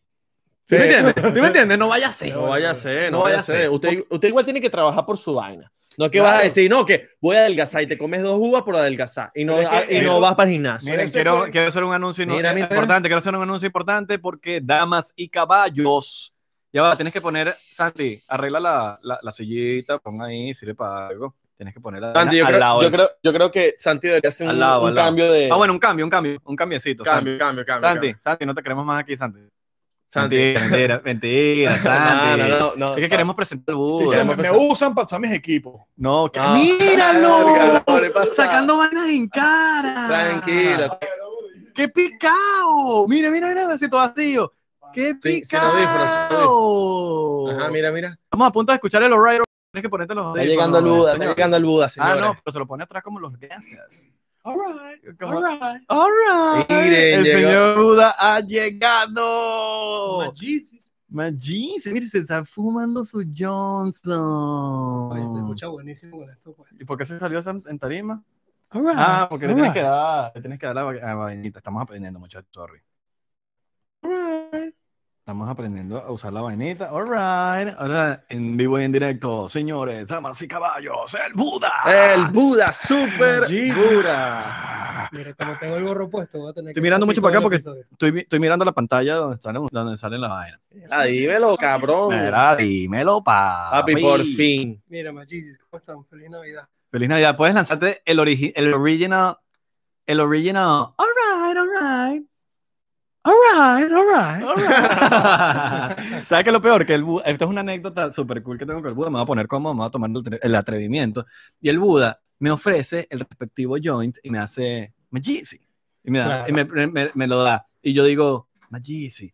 S2: Sí.
S1: me entiendes? ¿Sí me entiendes? No vaya a ser.
S2: No vaya a ser, no,
S1: No
S2: vaya
S1: vaya
S2: a ser.
S1: a ser.
S2: Usted, usted igual tiene que trabajar por su vaina. No es que vas a
S4: Claro.
S2: decir, no, que voy a adelgazar y te comes dos uvas por adelgazar y no,
S4: Pero es que
S2: y no
S4: eso-
S2: vas para el gimnasio.
S1: Miren,
S4: Eso
S1: quiero,
S4: fue-
S1: quiero hacer un anuncio ino-
S2: Mira,
S1: eh,
S2: mira.
S1: importante, quiero hacer un anuncio importante porque damas y caballos. Ya va, tienes que poner, Santi, arregla la, la, la sillita, pon ahí, sirve para algo. Tienes que ponerla
S2: Santi, yo,
S1: al
S2: creo,
S1: lado.
S2: yo,
S1: del-
S2: creo, yo creo que Santi debería hacer un,
S1: Al lado,
S2: un
S1: al lado.
S2: cambio de.
S1: Ah, bueno, un cambio, un cambio, un cambiecito.
S2: cambio, cambio,
S1: Santi,
S2: cambio.
S1: Santi,
S2: cambio.
S1: Santi, no te queremos más aquí, Santi.
S2: Santi.
S1: Mentira, mentira, mentira,
S2: No,
S1: Santi.
S2: no, no, no,
S1: es que
S2: Santi.
S1: queremos presentar el
S4: Sí,
S1: Buda.
S4: chamo,
S2: queremos
S4: me
S2: empezar.
S4: usan para usar mis equipos.
S1: No, que-
S2: No.
S1: ¡Míralo!
S2: Verga, pobre pasado.
S1: Sacando vainas en cara.
S2: Tranquila.
S1: ¡Qué picao! Mira, mira, mira, vasito vacío. ¡Qué
S2: Sí, sin
S1: picao!
S2: audífonos, sin Ajá, mira, mira.
S1: Vamos a punto de escuchar el O'Reilly. Tienes que ponerte los
S2: Está llegando el
S1: audífonos,
S2: Buda, está
S1: señor.
S2: llegando el Buda,
S1: Ah,
S2: señores.
S1: no, pero se lo pone atrás como los Gansas. Alright,
S4: Alright.
S1: alright.
S2: Miren,
S1: el
S2: llegó.
S1: señor Buda ha llegado. Maggi, se- mire, se está fumando su Johnson.
S4: buenísimo con esto.
S6: pues.
S1: ¿Y por qué se salió en, en tarima? Ah, porque le tienes que dar, le tienes que dar la va- la vainita. Estamos aprendiendo, muchachos, sorry. Estamos aprendiendo a usar la vainita. All right. Ahora en vivo y en directo, señores, damas y caballos, el Buda.
S2: El Buda, super Buda.
S6: Mira, como tengo el gorro puesto, voy a tener
S1: Estoy mirando mucho para acá porque-
S6: porque.
S1: Estoy, vi- estoy mirando la pantalla donde sale, donde sale la vaina.
S2: Ah, dímelo, cabrón.
S1: Mira, dímelo, papi.
S2: Papi, por fin.
S6: Mira, Machisis, ¿cómo están? Feliz Navidad.
S1: Feliz Navidad. Puedes lanzarte el, origi- el original. El original. All right, all right. All right, all right. all right. ¿Sabes qué es lo peor? Que el Buda, esta es una anécdota súper cool que tengo con el Buda. Me voy a poner cómodo, me voy a tomar el, tre- el atrevimiento. Y el Buda me ofrece el respectivo joint y me hace Majisi. Y, me, da- y me, me- me lo da. Y yo digo, Majisi.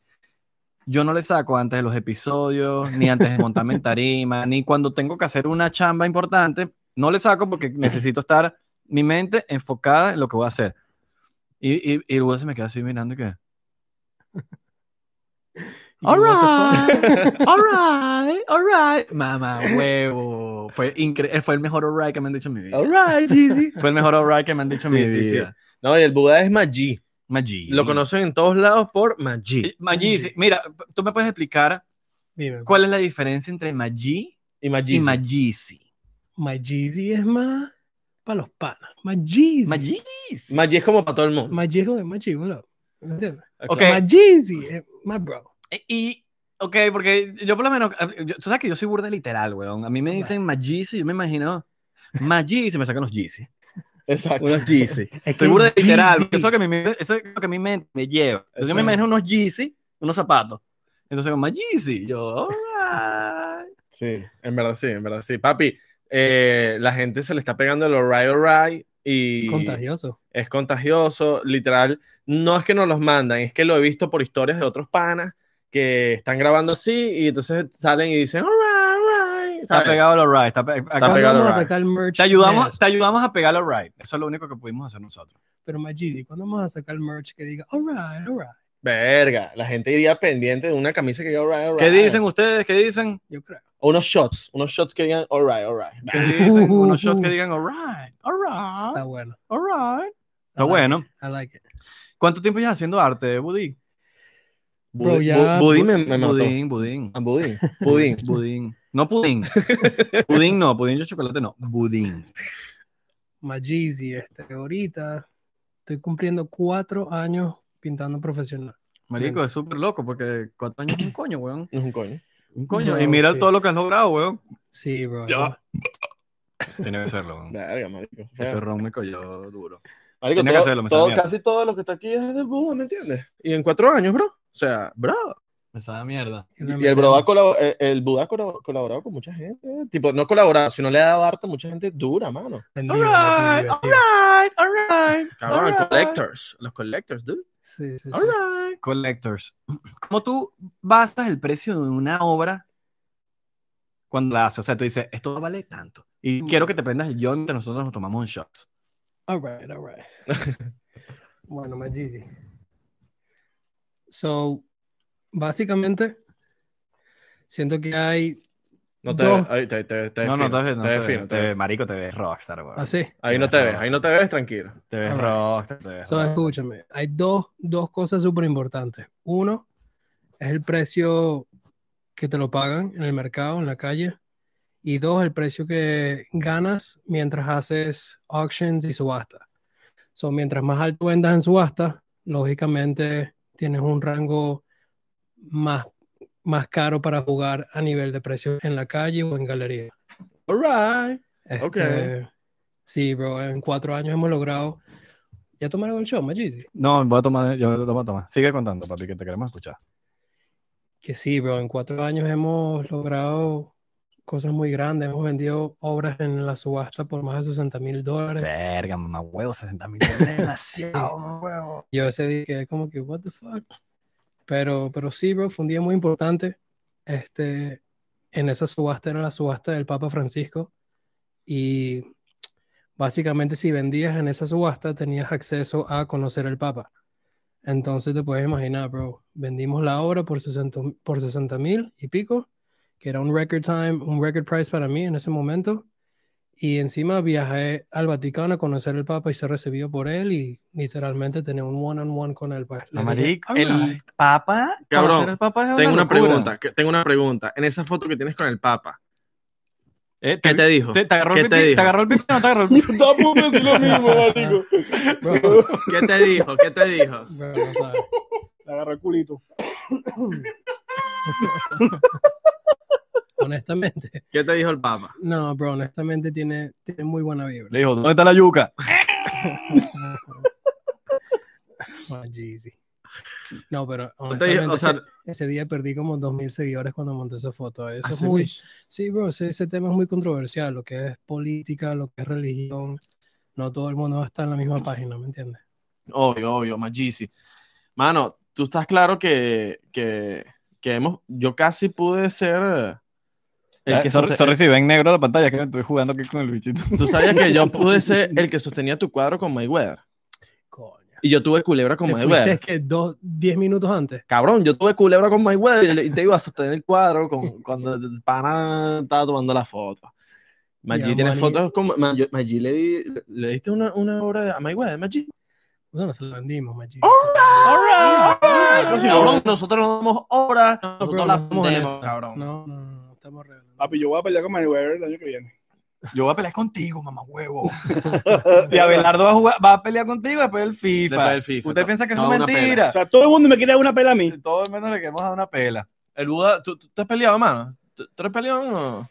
S1: Yo no le saco antes de los episodios, ni antes de montarme en tarima, ni cuando tengo que hacer una chamba importante, no le saco porque necesito estar mi mente enfocada en lo que voy a hacer. Y, y, y el güey se me queda así mirando y que... All right, all right, all right. Mamá, huevo. Fue, incre- eh, fue el mejor all right que me han dicho en mi vida.
S2: All right, Jeezy.
S1: Fue el mejor all right que me han dicho en
S2: Sí,
S1: mi
S2: sí, sí.
S1: vida.
S2: No, y el Buda es Maggi.
S1: Maggi.
S2: Lo conocen en todos lados por Maggi.
S1: Eh, Maggi, sí. mira, tú me puedes explicar
S6: Dime.
S1: cuál es la diferencia entre Maggi
S2: Y
S1: y
S2: Maggi.
S1: Magisi.
S6: My Jeezy es más para los panas. My Jeezy. My
S1: Maggi.
S2: Maggi es como para todo el mundo.
S6: Jeezy es como My Jeezy, bro. ¿Me entiendes?
S1: Ok.
S6: My Jeezy es my bro.
S1: Eh, Y, ok, porque yo por lo menos, eh, yo- tú sabes que yo soy burda literal, weón. A mí me dicen Magisi, yo me imagino Maggi, se me sacan los Yeezy.
S2: Exacto.
S1: Unos Yeezy.
S6: Es que
S1: Soy burda
S6: Jeezy-
S1: literal. porque Eso es lo que mi mente- eso es lo que mi mente me lleva. Entonces, yo me
S2: Exacto.
S1: imagino unos Yeezy, unos zapatos. Entonces, como Maggi, yo, alright.
S2: Sí, en verdad sí, en verdad sí. Papi, eh, la gente se le está pegando el alright, alright y
S6: Contagioso.
S2: es contagioso, literal. No es que nos los mandan, es que lo he visto por historias de otros panas que están grabando así y entonces salen y dicen alright, alright.
S1: Está pegado el alright. Está, pe- acá-
S2: Está
S6: ¿Cuándo
S2: pegado
S6: vamos a
S2: al
S6: sacar merch?
S1: te,
S6: de
S1: ayudamos,
S6: eso?
S1: te ayudamos a pegar el alright. Eso es lo único que pudimos hacer nosotros.
S6: Pero My Jeezy, ¿cuándo vamos a sacar merch que diga, alright, alright?
S2: Verga, la gente iría pendiente de una camisa que diga alright, alright.
S1: ¿Qué dicen ustedes? ¿Qué dicen?
S6: Yo creo.
S2: O unos shots, unos shots que digan alright, alright.
S1: ¿Qué dicen? Unos shots que digan alright, alright,
S6: Está bueno.
S1: alright.
S6: I
S1: Está
S6: like
S1: bueno.
S6: it, I like it.
S1: ¿Cuánto tiempo llevas haciendo arte, Budín?
S6: Bro,
S2: Bu-
S6: ya-
S2: bu- Budín me, me mató.
S1: Budín, budín.
S2: Ah, budín, budín.
S1: Budín. No pudín. pudín no, pudín yo chocolate no. Budín.
S6: My Jeezy, este, ahorita estoy cumpliendo cuatro años pintando profesional.
S1: Marico, es súper loco porque cuatro años es un coño, weón.
S2: Es un coño.
S1: Un coño.
S6: No,
S1: y mira
S6: sí.
S1: todo lo que has logrado, weón.
S6: Sí, bro.
S1: Ya. Tiene que serlo, weón.
S2: Verga, marico.
S1: Ese ron me cayó duro.
S2: Marico,
S1: Tenía que
S2: todo-
S1: hacerlo, me
S2: todo-
S1: sabe mierda.
S2: casi todo lo que está aquí es de Buda, ¿me entiendes? Y en cuatro años, bro. O sea, bro.
S1: Me sabe a mierda.
S2: Y el, bro ha colabo- el, el Buda ha colabo- colaborado con mucha gente. eh. Tipo, no colaborado, sino le ha dado arte a mucha gente dura, mano.
S6: Entendido,
S1: Alright,
S6: entendido.
S1: alright, alright.
S2: Cabrón,
S1: alright.
S2: collectors. Los collectors, dude.
S6: Sí, sí, sí.
S1: Alright. Collectors. ¿Cómo tú bastas el precio de una obra cuando la haces? O sea, tú dices, esto vale tanto. Y quiero que te prendas el yo mientras nosotros nos tomamos un shot.
S6: All right, all right. bueno, más easy. So, básicamente, siento que hay
S2: No te
S6: Dos.
S2: ves. Ahí te, te- te ves
S1: No, no,
S2: fino,
S1: te ves, no
S2: te
S1: te
S2: ves
S1: ves, te
S2: fino, te
S1: ves,
S2: ves.
S1: marico, te ves rockstar, weón.
S6: así.
S2: Ahí no te ves, ahí no te ves, tranquilo.
S1: Te ves
S6: Alright.
S1: rockstar, te ves
S6: So,
S1: rockstar.
S6: escúchame, hay dos, dos cosas súper importantes. Uno es el precio que te lo pagan en el mercado, en la calle. Y dos, el precio que ganas mientras haces auctions y subastas. So, mientras más alto vendas en subasta, lógicamente tienes un rango más, más caro para jugar a nivel de precio en la calle o en galería.
S2: All right.
S6: Este,
S2: Ok.
S6: Sí, bro, en cuatro años hemos logrado. Ya tomaron el show, Majid.
S7: No, voy a tomar, yo voy a tomar, toma. Sigue contando, papi, que te queremos escuchar.
S6: Que sí, bro, en cuatro años hemos logrado cosas muy grandes. Hemos vendido obras en la subasta por más de 60 mil dólares.
S1: Verga, mamá huevo, 60 mil dólares. demasiado, mamá huevo.
S6: Yo ese día quedé como que, what the fuck. Pero, pero sí, bro, fue un día muy importante. Este, en esa subasta era la subasta del Papa Francisco. Y básicamente si vendías en esa subasta tenías acceso a conocer al Papa. Entonces te puedes imaginar, bro, vendimos la obra por 60 por 60 mil y pico, que era un record time, un record price para mí en ese momento. Y encima viajé al Vaticano a conocer al Papa y ser recibido por él y literalmente tener un one-on-one con él. pues. Le dije,
S1: Marico,
S6: "All
S1: el
S6: right".
S1: papa.
S2: Cabrón,
S1: conocer al papa es
S2: Tengo una
S1: locura.
S2: pregunta, que- tengo una pregunta. En esa foto que tienes con el Papa,
S1: Eh,
S2: ¿qué te dijo?
S1: te, te agarró
S2: ¿Qué
S1: el
S2: te
S1: pipí, te,
S2: dijo?
S1: agarró el pipí, no te agarró el pipí.
S4: Está a punto de decir lo mismo, marico.
S6: Bro,
S2: ¿Qué te dijo? ¿Qué te dijo?
S6: bro, no sabes.
S8: Le agarró el culito.
S6: Honestamente,
S2: ¿Qué te dijo el Papa?
S6: no, bro, honestamente tiene, tiene muy buena vibra.
S1: Le dijo, ¿dónde está la yuca?
S6: Ah, Jeezy. No, pero
S2: te dije,
S6: honestamente,
S2: o sea-
S6: ese, ese día perdí como 2.000 seguidores cuando monté esa foto. Eso es
S2: Hace
S6: muy,
S2: mucho.
S6: sí, bro, ese, ese tema es muy controversial, lo que es política, lo que es religión. No todo el mundo va a estar en la misma página, ¿me entiendes?
S2: Obvio, obvio, más Yeezy. Mano, tú estás claro que, que, que hemos, yo casi pude ser eh,
S6: Ah,
S2: el que
S7: Eh, sorry,
S2: soste-
S7: sorry si ven negro la pantalla, que estoy jugando aquí con el bichito.
S2: tú sabías que yo pude ser el que sostenía tu cuadro con Mayweather.
S6: Coño.
S2: Y yo tuve culebra con
S6: Te
S2: Mayweather.
S6: fuiste que dos, diez minutos antes.
S2: Cabrón, yo tuve culebra con Mayweather y le- y te iba a sostener el cuadro con, cuando el pana estaba tomando la foto. Maggi
S6: Ya,
S2: tiene
S6: Manny.
S2: fotos con... Ma- yo- Maggi le, di- le diste una, una obra a Mayweather, Maggi.
S6: Bueno, se lo vendimos, Maggi.
S2: ¡Oh!
S4: Alright.
S2: Cabrón, nosotros no damos obras,
S6: No,
S2: nosotros
S6: bro,
S2: las
S6: no, estamos en
S2: vendemos,
S6: eso.
S2: cabrón.
S6: No, no, no, no, estamos regalando.
S4: Papi, yo voy a pelear con Mayweather el año que viene.
S5: Yo voy a pelear contigo, mamá huevo. y Abelardo va a, jugar- va a pelear contigo después del FIFA.
S2: Después del FIFA,
S5: Usted
S2: no.
S5: piensa que
S2: No,
S5: eso es
S2: una pela.
S5: mentira.
S4: O sea, todo el mundo me quiere dar una pela a mí.
S5: Todo el menos le queremos dar una pela.
S2: El Buda, ¿tú, tú te has peleado, mano? ¿Tú, tú eres peleón o...?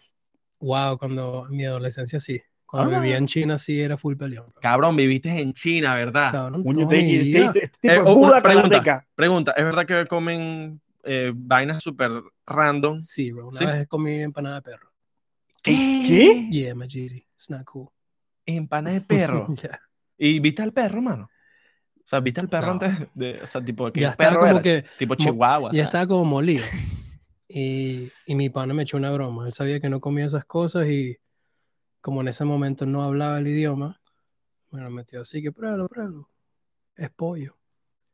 S6: Wow, cuando en mi adolescencia sí. Cuando
S4: Alright.
S2: Ah.
S6: vivía en China sí era full peleón. bro.
S2: Cabrón, viviste en China, ¿verdad?
S6: Cabrón,
S4: Muño,
S6: toda
S4: te,
S6: mi
S4: te-
S6: vida.
S4: te- este tipo
S2: Eh,
S4: es
S2: o-
S4: Buda
S2: una pregunta.
S4: karateca.
S2: Pregunta, ¿es verdad que comen eh, vainas súper random?
S6: Sí, bro. Una
S2: Sí.
S6: vez comí empanada de perro.
S4: ¿Qué?
S6: Yeah, Maggi, sí. It's not cool.
S2: Empanas de perro.
S6: Ya.
S2: ¿Y viste al perro, mano? O sea, ¿viste al perro
S6: No.
S2: antes de...? O sea, tipo, ¿qué
S6: Ya estaba
S2: perro
S6: como
S2: era?
S6: que
S2: Tipo chihuahua.
S6: ya
S2: ¿sabes?
S6: estaba como molido. Y, y mi pana me echó una broma. Él sabía que no comía esas cosas y como en ese momento no hablaba el idioma, me lo metió así que pruébalo, pruébalo. Es pollo.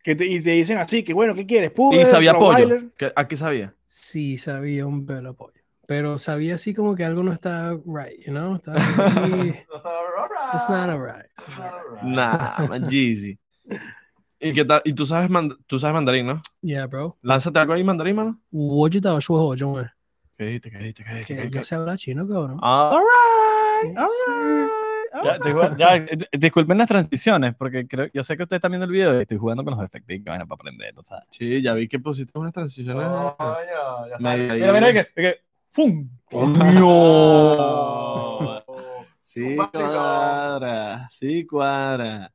S4: Que te- y te dicen así, que bueno, ¿qué quieres? Pude,
S2: Y sabía
S4: Rottweiler.
S2: pollo. ¿Qué- ¿A qué sabía?
S6: Sí, sabía un pelo a pollo. Pero sabía así como que algo no estaba right, you know? Estaba ahí- It's not alright. it's not alright.
S2: Nah, man, Jeezy. ¿Y, qué tal? ¿Y tú, sabes mand- tú sabes mandarín, no?
S6: Yeah, bro.
S2: Lánzate algo ahí, mandarín, mano.
S6: 我知道说我中文，
S2: ¿Qué dijiste? ¿Qué dijiste? ¿Qué dijiste?
S6: que
S2: ¿Qué
S6: yo
S2: dijiste?
S6: sé hablar chino, cabrón.
S2: All right, all
S6: Sí.
S2: right, all
S1: Ya,
S2: right.
S1: te digo- ya, eh, disculpen las transiciones, porque creo, yo sé que ustedes están viendo el video y estoy jugando con los efectos para aprender, o sea.
S2: Sí, ya vi que pusiste unas transiciones. medio
S1: Mira, mira,
S2: ahí.
S1: que, que ¡fum!
S2: Sí, cuadra, sí, cuadra.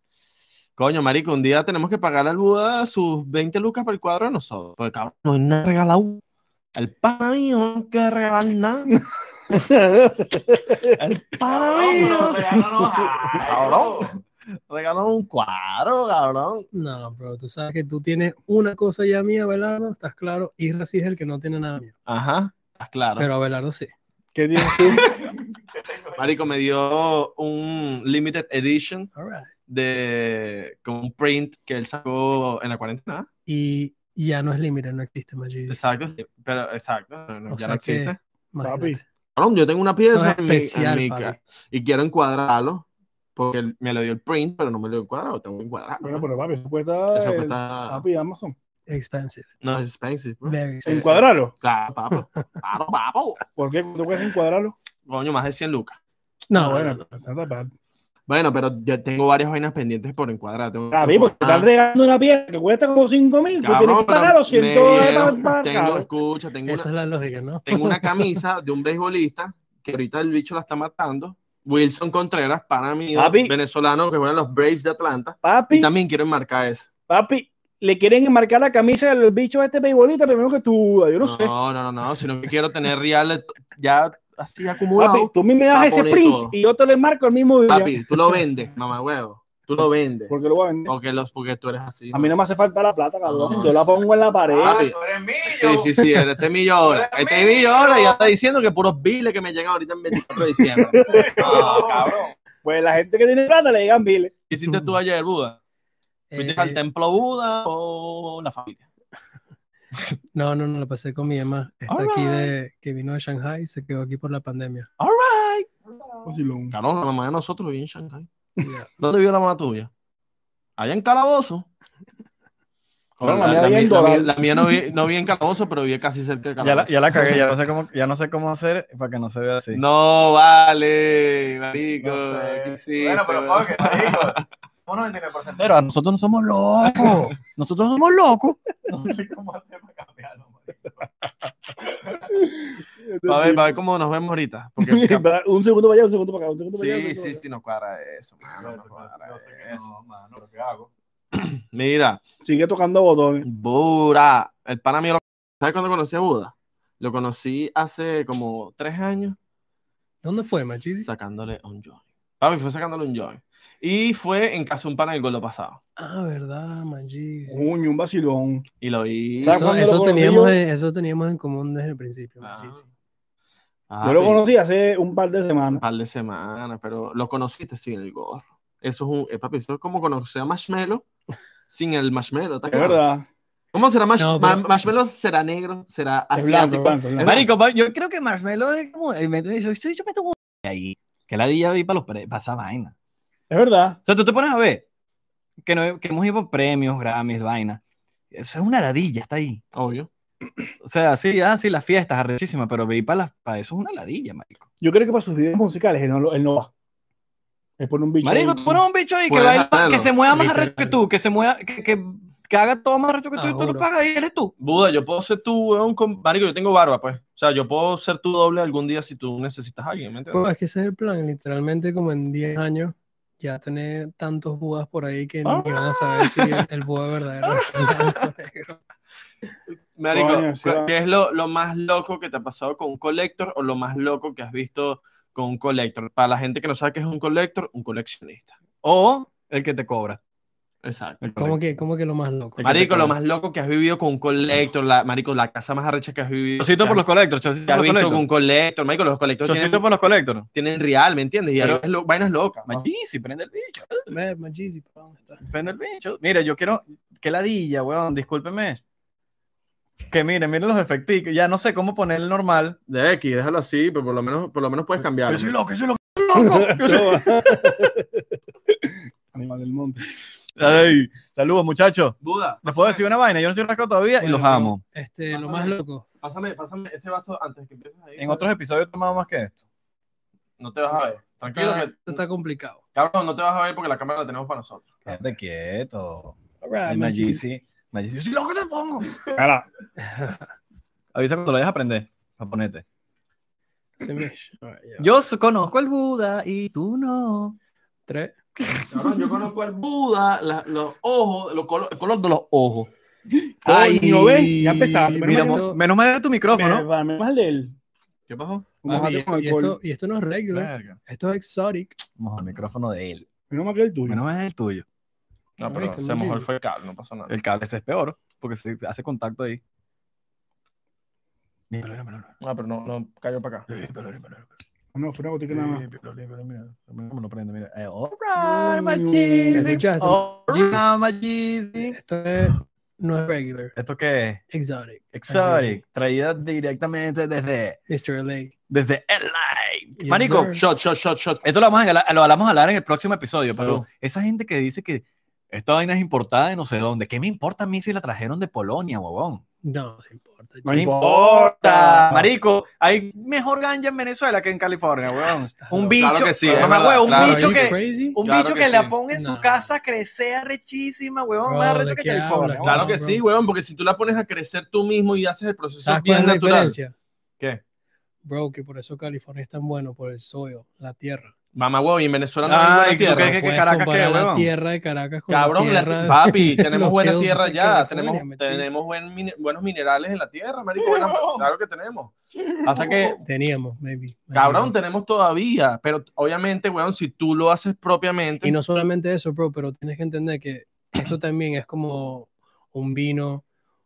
S2: Coño, marico, un día tenemos que pagarle al Buda ah, sus 20 lucas para el cuadro de nosotros. Porque cabrón, no hay nada regalado. El pana mío no quiere regalar nada. El pana mío. Cabrón. Regaló un cuadro, cabrón.
S6: No, bro, tú sabes que tú tienes una cosa ya mía, Abelardo, estás claro. Isra sí es el que no tiene nada mío.
S2: Ajá, estás claro.
S6: Pero Abelardo sí.
S4: ¿Qué tienes tú?
S2: Marico me dio un limited edition
S6: All right.
S2: de con un print que él sacó en la cuarentena.
S6: Y ya no es límite, no existe Maggi.
S2: Exacto, pero exacto, no, no, ya
S6: O sea
S2: no
S6: que-
S2: existe.
S6: imagínate.
S4: Papi.
S2: Cabrón, yo tengo una
S6: Eso
S2: pieza
S6: es
S2: en mi, en
S6: especial,
S2: mi
S6: papi.
S2: ca- y quiero encuadrarlo porque él me lo dio el print, pero no me lo dio el cuadrado, tengo que encuadrarlo.
S4: Bueno, pero papi, eso cuesta,
S2: Eso
S4: el-
S2: cuesta-
S4: papi, Amazon.
S6: Expensive.
S2: no es expensive. bro.
S6: Very expensive.
S4: Encuadrarlo.
S2: Claro, papo. Claro, papo.
S4: ¿Por qué tú puedes encuadrarlo?
S2: Coño, más de 100 lucas.
S6: No,
S4: Ah, bueno,
S6: no, no.
S4: that's not bad.
S2: Bueno, pero yo tengo varias vainas pendientes por encuadrar. Tengo que
S4: Papi, Ah, porque te están
S2: encuadrar-
S4: regalando una pieza que cuesta como 5 mil. Tú
S2: Ah. Cabrón,
S4: tienes que
S2: pero
S4: pagar los 100
S2: me
S4: dólares
S2: dieron-
S4: para- para-
S2: Tengo,
S4: cabrón.
S2: escucha, tengo una,
S6: Esa es la lógica, ¿no?
S2: tengo una camisa de un beisbolista que ahorita el bicho la está matando. Wilson Contreras, para mí,
S4: Papi.
S2: venezolano que juega en los Braves de Atlanta. Y
S4: Papi,
S2: también quiero enmarcar eso.
S4: papi, le quieren enmarcar la camisa del bicho a este beisbolista primero que tú, yo no, sé.
S2: No, no, no, no, sino que quiero tener real ya así
S4: Papi,
S2: acumulado.
S4: tú a mí me
S2: Va a
S4: das ese
S2: poner
S4: print
S2: todo.
S4: y yo te lo enmarco el mismo día.
S2: Papi, tú lo vendes, mamá huevo. Tú lo vendes.
S4: Porque lo voy a vender.
S2: Porque, los, porque tú eres así.
S4: A mí no me hace falta la plata, cabrón.
S2: No. Ah.
S4: Yo la pongo en la pared.
S2: Papi, Sí, sí, sí, eres este millón ahora. Este millón ahora ya está diciendo que puros biles que me llegan ahorita en 24 de diciembre. No, cabrón.
S4: Pues la gente que tiene plata le digan biles.
S2: ¿Qué hiciste tú ayer, Buda? ¿Fuiste al
S6: Eh,
S2: templo Buda o la familia?
S6: no, no, no, la pasé con mi mamá. Está
S2: All
S6: aquí de que vino de Shanghai y se quedó aquí por la pandemia.
S2: All right.
S4: Vacilón.
S2: Cabrón, la mamá de nosotros vive en Shanghai.
S6: Yeah.
S2: ¿Dónde vive la mamá tuya? Allá en Calabozo.
S4: Claro,
S2: la,
S4: la mía
S2: la
S4: vive
S2: mía,
S4: en
S2: la mía-
S4: Doral.
S2: la mía no vi, no vi en Calabozo, pero vi casi cerca de
S1: Ya la,
S2: Calabozo.
S1: ya la cagué, ya no, sé cómo, ya no sé cómo hacer para que no se vea así.
S2: No, vale, marico.
S3: No sé.
S2: ¿qué hiciste,
S3: Bueno, pero
S2: weón?
S3: fuck it, marico. Un 99%.
S5: Pero a nosotros no somos locos. Nosotros no somos locos.
S3: No sé cómo hacer para cambiarlo, marico.
S2: Pa' ver, pa' ver cómo nos vemos ahorita. Porque,
S4: un segundo para allá, un segundo para acá, un segundo para allá.
S2: sí,
S4: un segundo
S2: sí,
S4: para
S2: sí, nos cuadra eso, mano,
S3: Ah, pues, No,
S2: nos cuadra
S3: sé qué
S2: eso.
S3: no, mano, pero ¿qué hago?
S2: Mira,
S4: allá. Sigue tocando botones.
S2: Buda, el pana mío, lo- ¿sabes cuándo conocí a Buda? Lo conocí hace como tres años
S6: ¿Dónde fue, Maggi?
S2: sacándole un joy. Papi, fue sacándole un joy. Y fue en casa de un pana el lo pasado.
S6: Ah, verdad, Maggi.
S4: Coño, un vacilón.
S2: Y lo vi.
S4: ¿Sabes
S6: Eso,
S4: cuándo
S6: eso
S4: lo conocí
S6: teníamos,
S4: yo?
S6: en- eso teníamos en común desde el principio.
S2: Ah.
S6: Maggi, sí.
S2: Ah,
S4: yo lo
S2: sí,
S4: conocí hace un par de
S2: Un
S4: semanas.
S2: par de semanas, pero lo conociste sin el gorro. Eso es un. eh, papi, eso es como conocer a Marshmallow sin el Marshmallow. ¿está
S4: Es
S2: claro?
S4: verdad.
S2: ¿Cómo será Marsh-
S6: No, pero-
S2: Ma- Marshmallow? ¿Será negro? ¿Será
S4: Es blanco,
S2: asiático?
S4: es blanco, es blanco.
S1: Marico, pa- yo creo que Marshmallow es como. eh, me- Yo, yo, yo me tomo ahí. Que la día vi para los pre- pa' esa vaina.
S4: Es verdad.
S1: O sea, tú te pones a ver que, no, que hemos ido por premios, Grammys, vaina. Eso es una ladilla, está ahí.
S2: Obvio.
S1: O sea, sí, ah, sí, las fiestas, arrechísimas, pero vi para para eso es una ladilla, marico.
S4: Yo creo que para sus videos musicales él no, lo- él no va. Es por un bicho.
S1: Marico,
S4: ahí.
S1: tú pones un bicho ahí que,
S2: Puedes
S1: baila-
S2: hacerlo,
S1: que se mueva más arrecho que
S6: literal.
S1: tú, que se mueva, que, que, que haga todo más arrecho que tú,
S6: Ah,
S1: y tú lo
S6: juro.
S1: pagas y eres tú.
S2: Buda, yo puedo ser tu weón con- Marico, yo tengo barba, pues. O sea, yo puedo ser tu doble algún día si tú necesitas a alguien, ¿me entiendes?
S6: Bueno, es que ese es el plan, literalmente como en 10 años ya tener tantos budas por ahí que
S4: Ah.
S6: ni van a saber si el, el Buda verdadero es blanco o negro.
S2: Marico,
S4: Coño, sí,
S2: ¿cu-
S4: va.
S2: ¿qué es lo, lo más loco que te ha pasado con un collector o lo más loco que has visto con un collector? Para la gente que no sabe qué es un collector, un coleccionista.
S1: O el que te cobra.
S2: Exacto.
S1: El
S6: ¿Cómo
S1: correcto.
S6: que, cómo que lo más loco?
S1: El que te
S2: Marico,
S1: cobra.
S2: lo más loco que has vivido con un collector, la, marico, la casa más arrecha que has vivido.
S1: Chocito
S2: que
S1: por
S2: has-
S1: los colectores, chocito
S2: que
S1: por
S2: has
S1: los
S2: visto con un
S1: colectores.
S2: collector, marico, los colectores
S1: Chocito
S2: tienen,
S1: por los colectores.
S2: tienen real, ¿me entiendes? Y ahí
S1: Pero-
S2: es lo- vainas locas. ¿no?
S1: Magisi, prende el bicho.
S6: Ver, Magisi, ¿para dónde está?
S1: Prende el bicho. Mira, yo quiero. Qué ladilla, weón. Discúlpeme. Que miren, miren los efecticos. Ya no sé cómo poner el normal.
S2: De X, déjalo así, pero por lo menos, por lo menos puedes cambiarlo.
S1: Yo soy loco, yo soy loco. soy loco.
S4: Animal del monte.
S1: Ay, saludos, muchachos.
S2: Buda,
S1: Les puedo decir una vaina. Yo no soy rascado todavía y
S6: Bueno,
S1: los amo.
S6: Este, lo
S2: Pásame.
S6: más loco.
S2: pásame, pásame ese vaso antes que empieces ahí.
S1: En otros episodios he tomado más que esto.
S2: No te vas a ver. Tranquilo,
S1: Ah.
S6: Está,
S2: que-
S6: está complicado.
S2: cabrón, no te vas a ver porque la cámara la tenemos para nosotros.
S1: Quédate quieto.
S6: Ay,
S1: Ay,
S6: Magisi.
S1: Magisi. Magisi. Yo soy loco, te pongo.
S4: Cara,
S1: Avisa cuando lo vayas a aprender. A ponerte.
S6: Sí, Mish. Alright, ya.
S1: Yo conozco al Buda y tú no.
S6: Tres.
S2: Cabrón, yo conozco al Buda, la- los ojos, los colo- el color de los ojos.
S1: Ay,
S4: Coño, ¿ves? Ya empezaste. Menos
S1: Mira,
S6: mal
S1: mo-
S6: que-
S1: menos mal era tu micrófono.
S4: me, me- más de él.
S2: ¿Qué pasó?
S4: Como
S6: Papi, y,
S4: jate
S6: esto,
S4: con
S6: y
S4: alcohol.
S6: esto- y esto no es regular. Esto es exotic.
S1: Vamos al micrófono de él.
S4: Menos mal que el tuyo.
S1: Menos mal es el tuyo.
S2: No, pero
S6: Marico,
S2: se
S6: no
S2: mejor
S6: llegue.
S2: fue el cable, no pasó nada.
S1: El cable ese es peor, porque se hace contacto ahí. Límpialo, límpialo, límpialo,
S2: Ah, pero no, no cayó para acá.
S1: límpialo, límpialo,
S4: No, fue una gotica
S1: límpialo,
S4: nada más.
S1: límpialo, límpialo, mira. Mira cómo lo prende, mira. Eh, alright,
S4: Mm.
S1: my Jeezy.
S6: ¿Escuchaste?
S1: Alright, my Jeezy.
S6: Esto es, no es regular.
S1: ¿Esto qué es?
S6: Exotic.
S1: Exotic, traída directamente desde,
S6: Mr. LA.
S1: desde LA.
S6: Yes,
S1: Marico,
S6: sir.
S2: Shot, shot, shot, shot.
S1: Esto lo vamos a hablar, lo vamos a hablar en el próximo episodio,
S2: Salud.
S1: pero esa gente que dice que esta vaina es importada de no sé dónde, ¿qué me importa a mí si la trajeron de Polonia, huevón?
S6: No, se importa.
S4: No
S1: ¿Qué importa? Marico, hay mejor ganja en Venezuela que en California, huevón. Un bicho,
S2: Claro que sí, es
S1: mamá,
S2: verdad,
S1: huevo, un
S2: claro
S1: bicho
S2: que
S1: que,
S2: sí.
S6: crazy?
S1: un
S2: Claro
S1: bicho
S2: que
S1: que,
S2: sí.
S1: la ponga en su
S6: No.
S1: casa crecer rechísima, huevón,
S6: Bro,
S1: más
S6: ¿de
S1: recho que
S6: qué
S1: California.
S6: hablas?
S1: huevón.
S2: Claro
S6: No,
S2: que
S6: bro.
S2: sí, weón, porque si tú la pones a crecer tú mismo y haces el proceso
S6: ¿Sabes cuál
S2: bien
S6: es la
S2: natural.
S6: diferencia?
S2: ¿Qué?
S6: Bro, que por eso California es tan bueno, por el soil, la tierra.
S2: Mamá, huevo, y en Venezuela no
S1: Ay,
S2: hay
S1: ¿tú
S2: buena tierra.
S1: crees que
S6: Puedes
S1: Caracas
S6: comparar
S1: qué,
S6: la
S1: huevón?
S6: tierra de Caracas con
S2: Cabrón,
S6: la
S2: la-
S6: tierra...
S2: papi, tenemos
S6: los
S2: buena
S6: hills
S2: tierra
S6: de
S2: ya,
S6: California,
S2: tenemos,
S6: machín.
S2: tenemos buen mine- buenos minerales en la tierra, marico, buenas- claro que tenemos. Pasa que
S6: Teníamos, maybe.
S2: Cabrón,
S6: Imagínate.
S2: tenemos todavía, pero obviamente, weón, si tú lo haces propiamente,
S6: Y no solamente eso, bro, pero tienes que entender que esto también es como un vino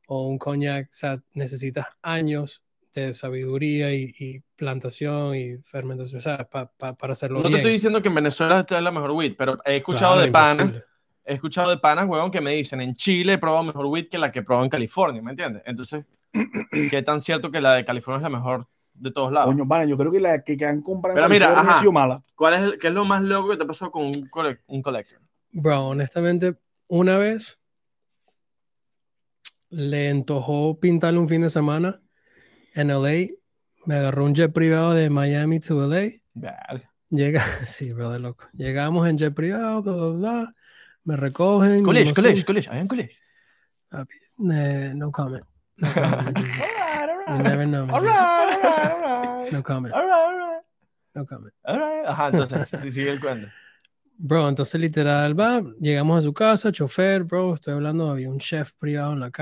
S6: o un coñac. O sea, necesitas años de sabiduría y, y plantación y fermentación, o sea, pa- pa- para hacerlo
S2: no te
S6: bien.
S2: estoy diciendo que en Venezuela esta es la mejor weed, pero he escuchado
S6: Claro,
S2: de panas,
S6: imposible.
S2: he escuchado de panas, weón, que me dicen, en Chile he probado mejor weed que la que he probado en California, ¿me entiendes? Entonces, ¿qué tan cierto que la de California es la mejor de todos lados?
S4: Coño, pana, yo creo que la que, que han comprado
S2: Pero mira,
S4: ha
S2: ajá.
S4: sido mala.
S2: ¿Cuál es, el- ¿Qué es lo más loco que te ha pasado con un, cole- un collector?
S6: Bro, honestamente, una vez le antojó pintarle un fin de semana en LA. Me agarró un jet privado de Miami to LA.
S2: Verga.
S6: Llega, sí, brother, loco. Llegamos en jet privado, bla, bla, bla. Me recogen.
S1: College,
S6: Mm, no
S1: college,
S6: sé.
S1: college, había un college.
S6: Eh, no comment. No comment. You never know. man. No comment. No comment.
S2: Ajá, entonces, sí, sigue el cuento.
S6: Bro, entonces literal, va. Llegamos a su casa, chofer, bro. Estoy hablando, había un chef privado en la casa.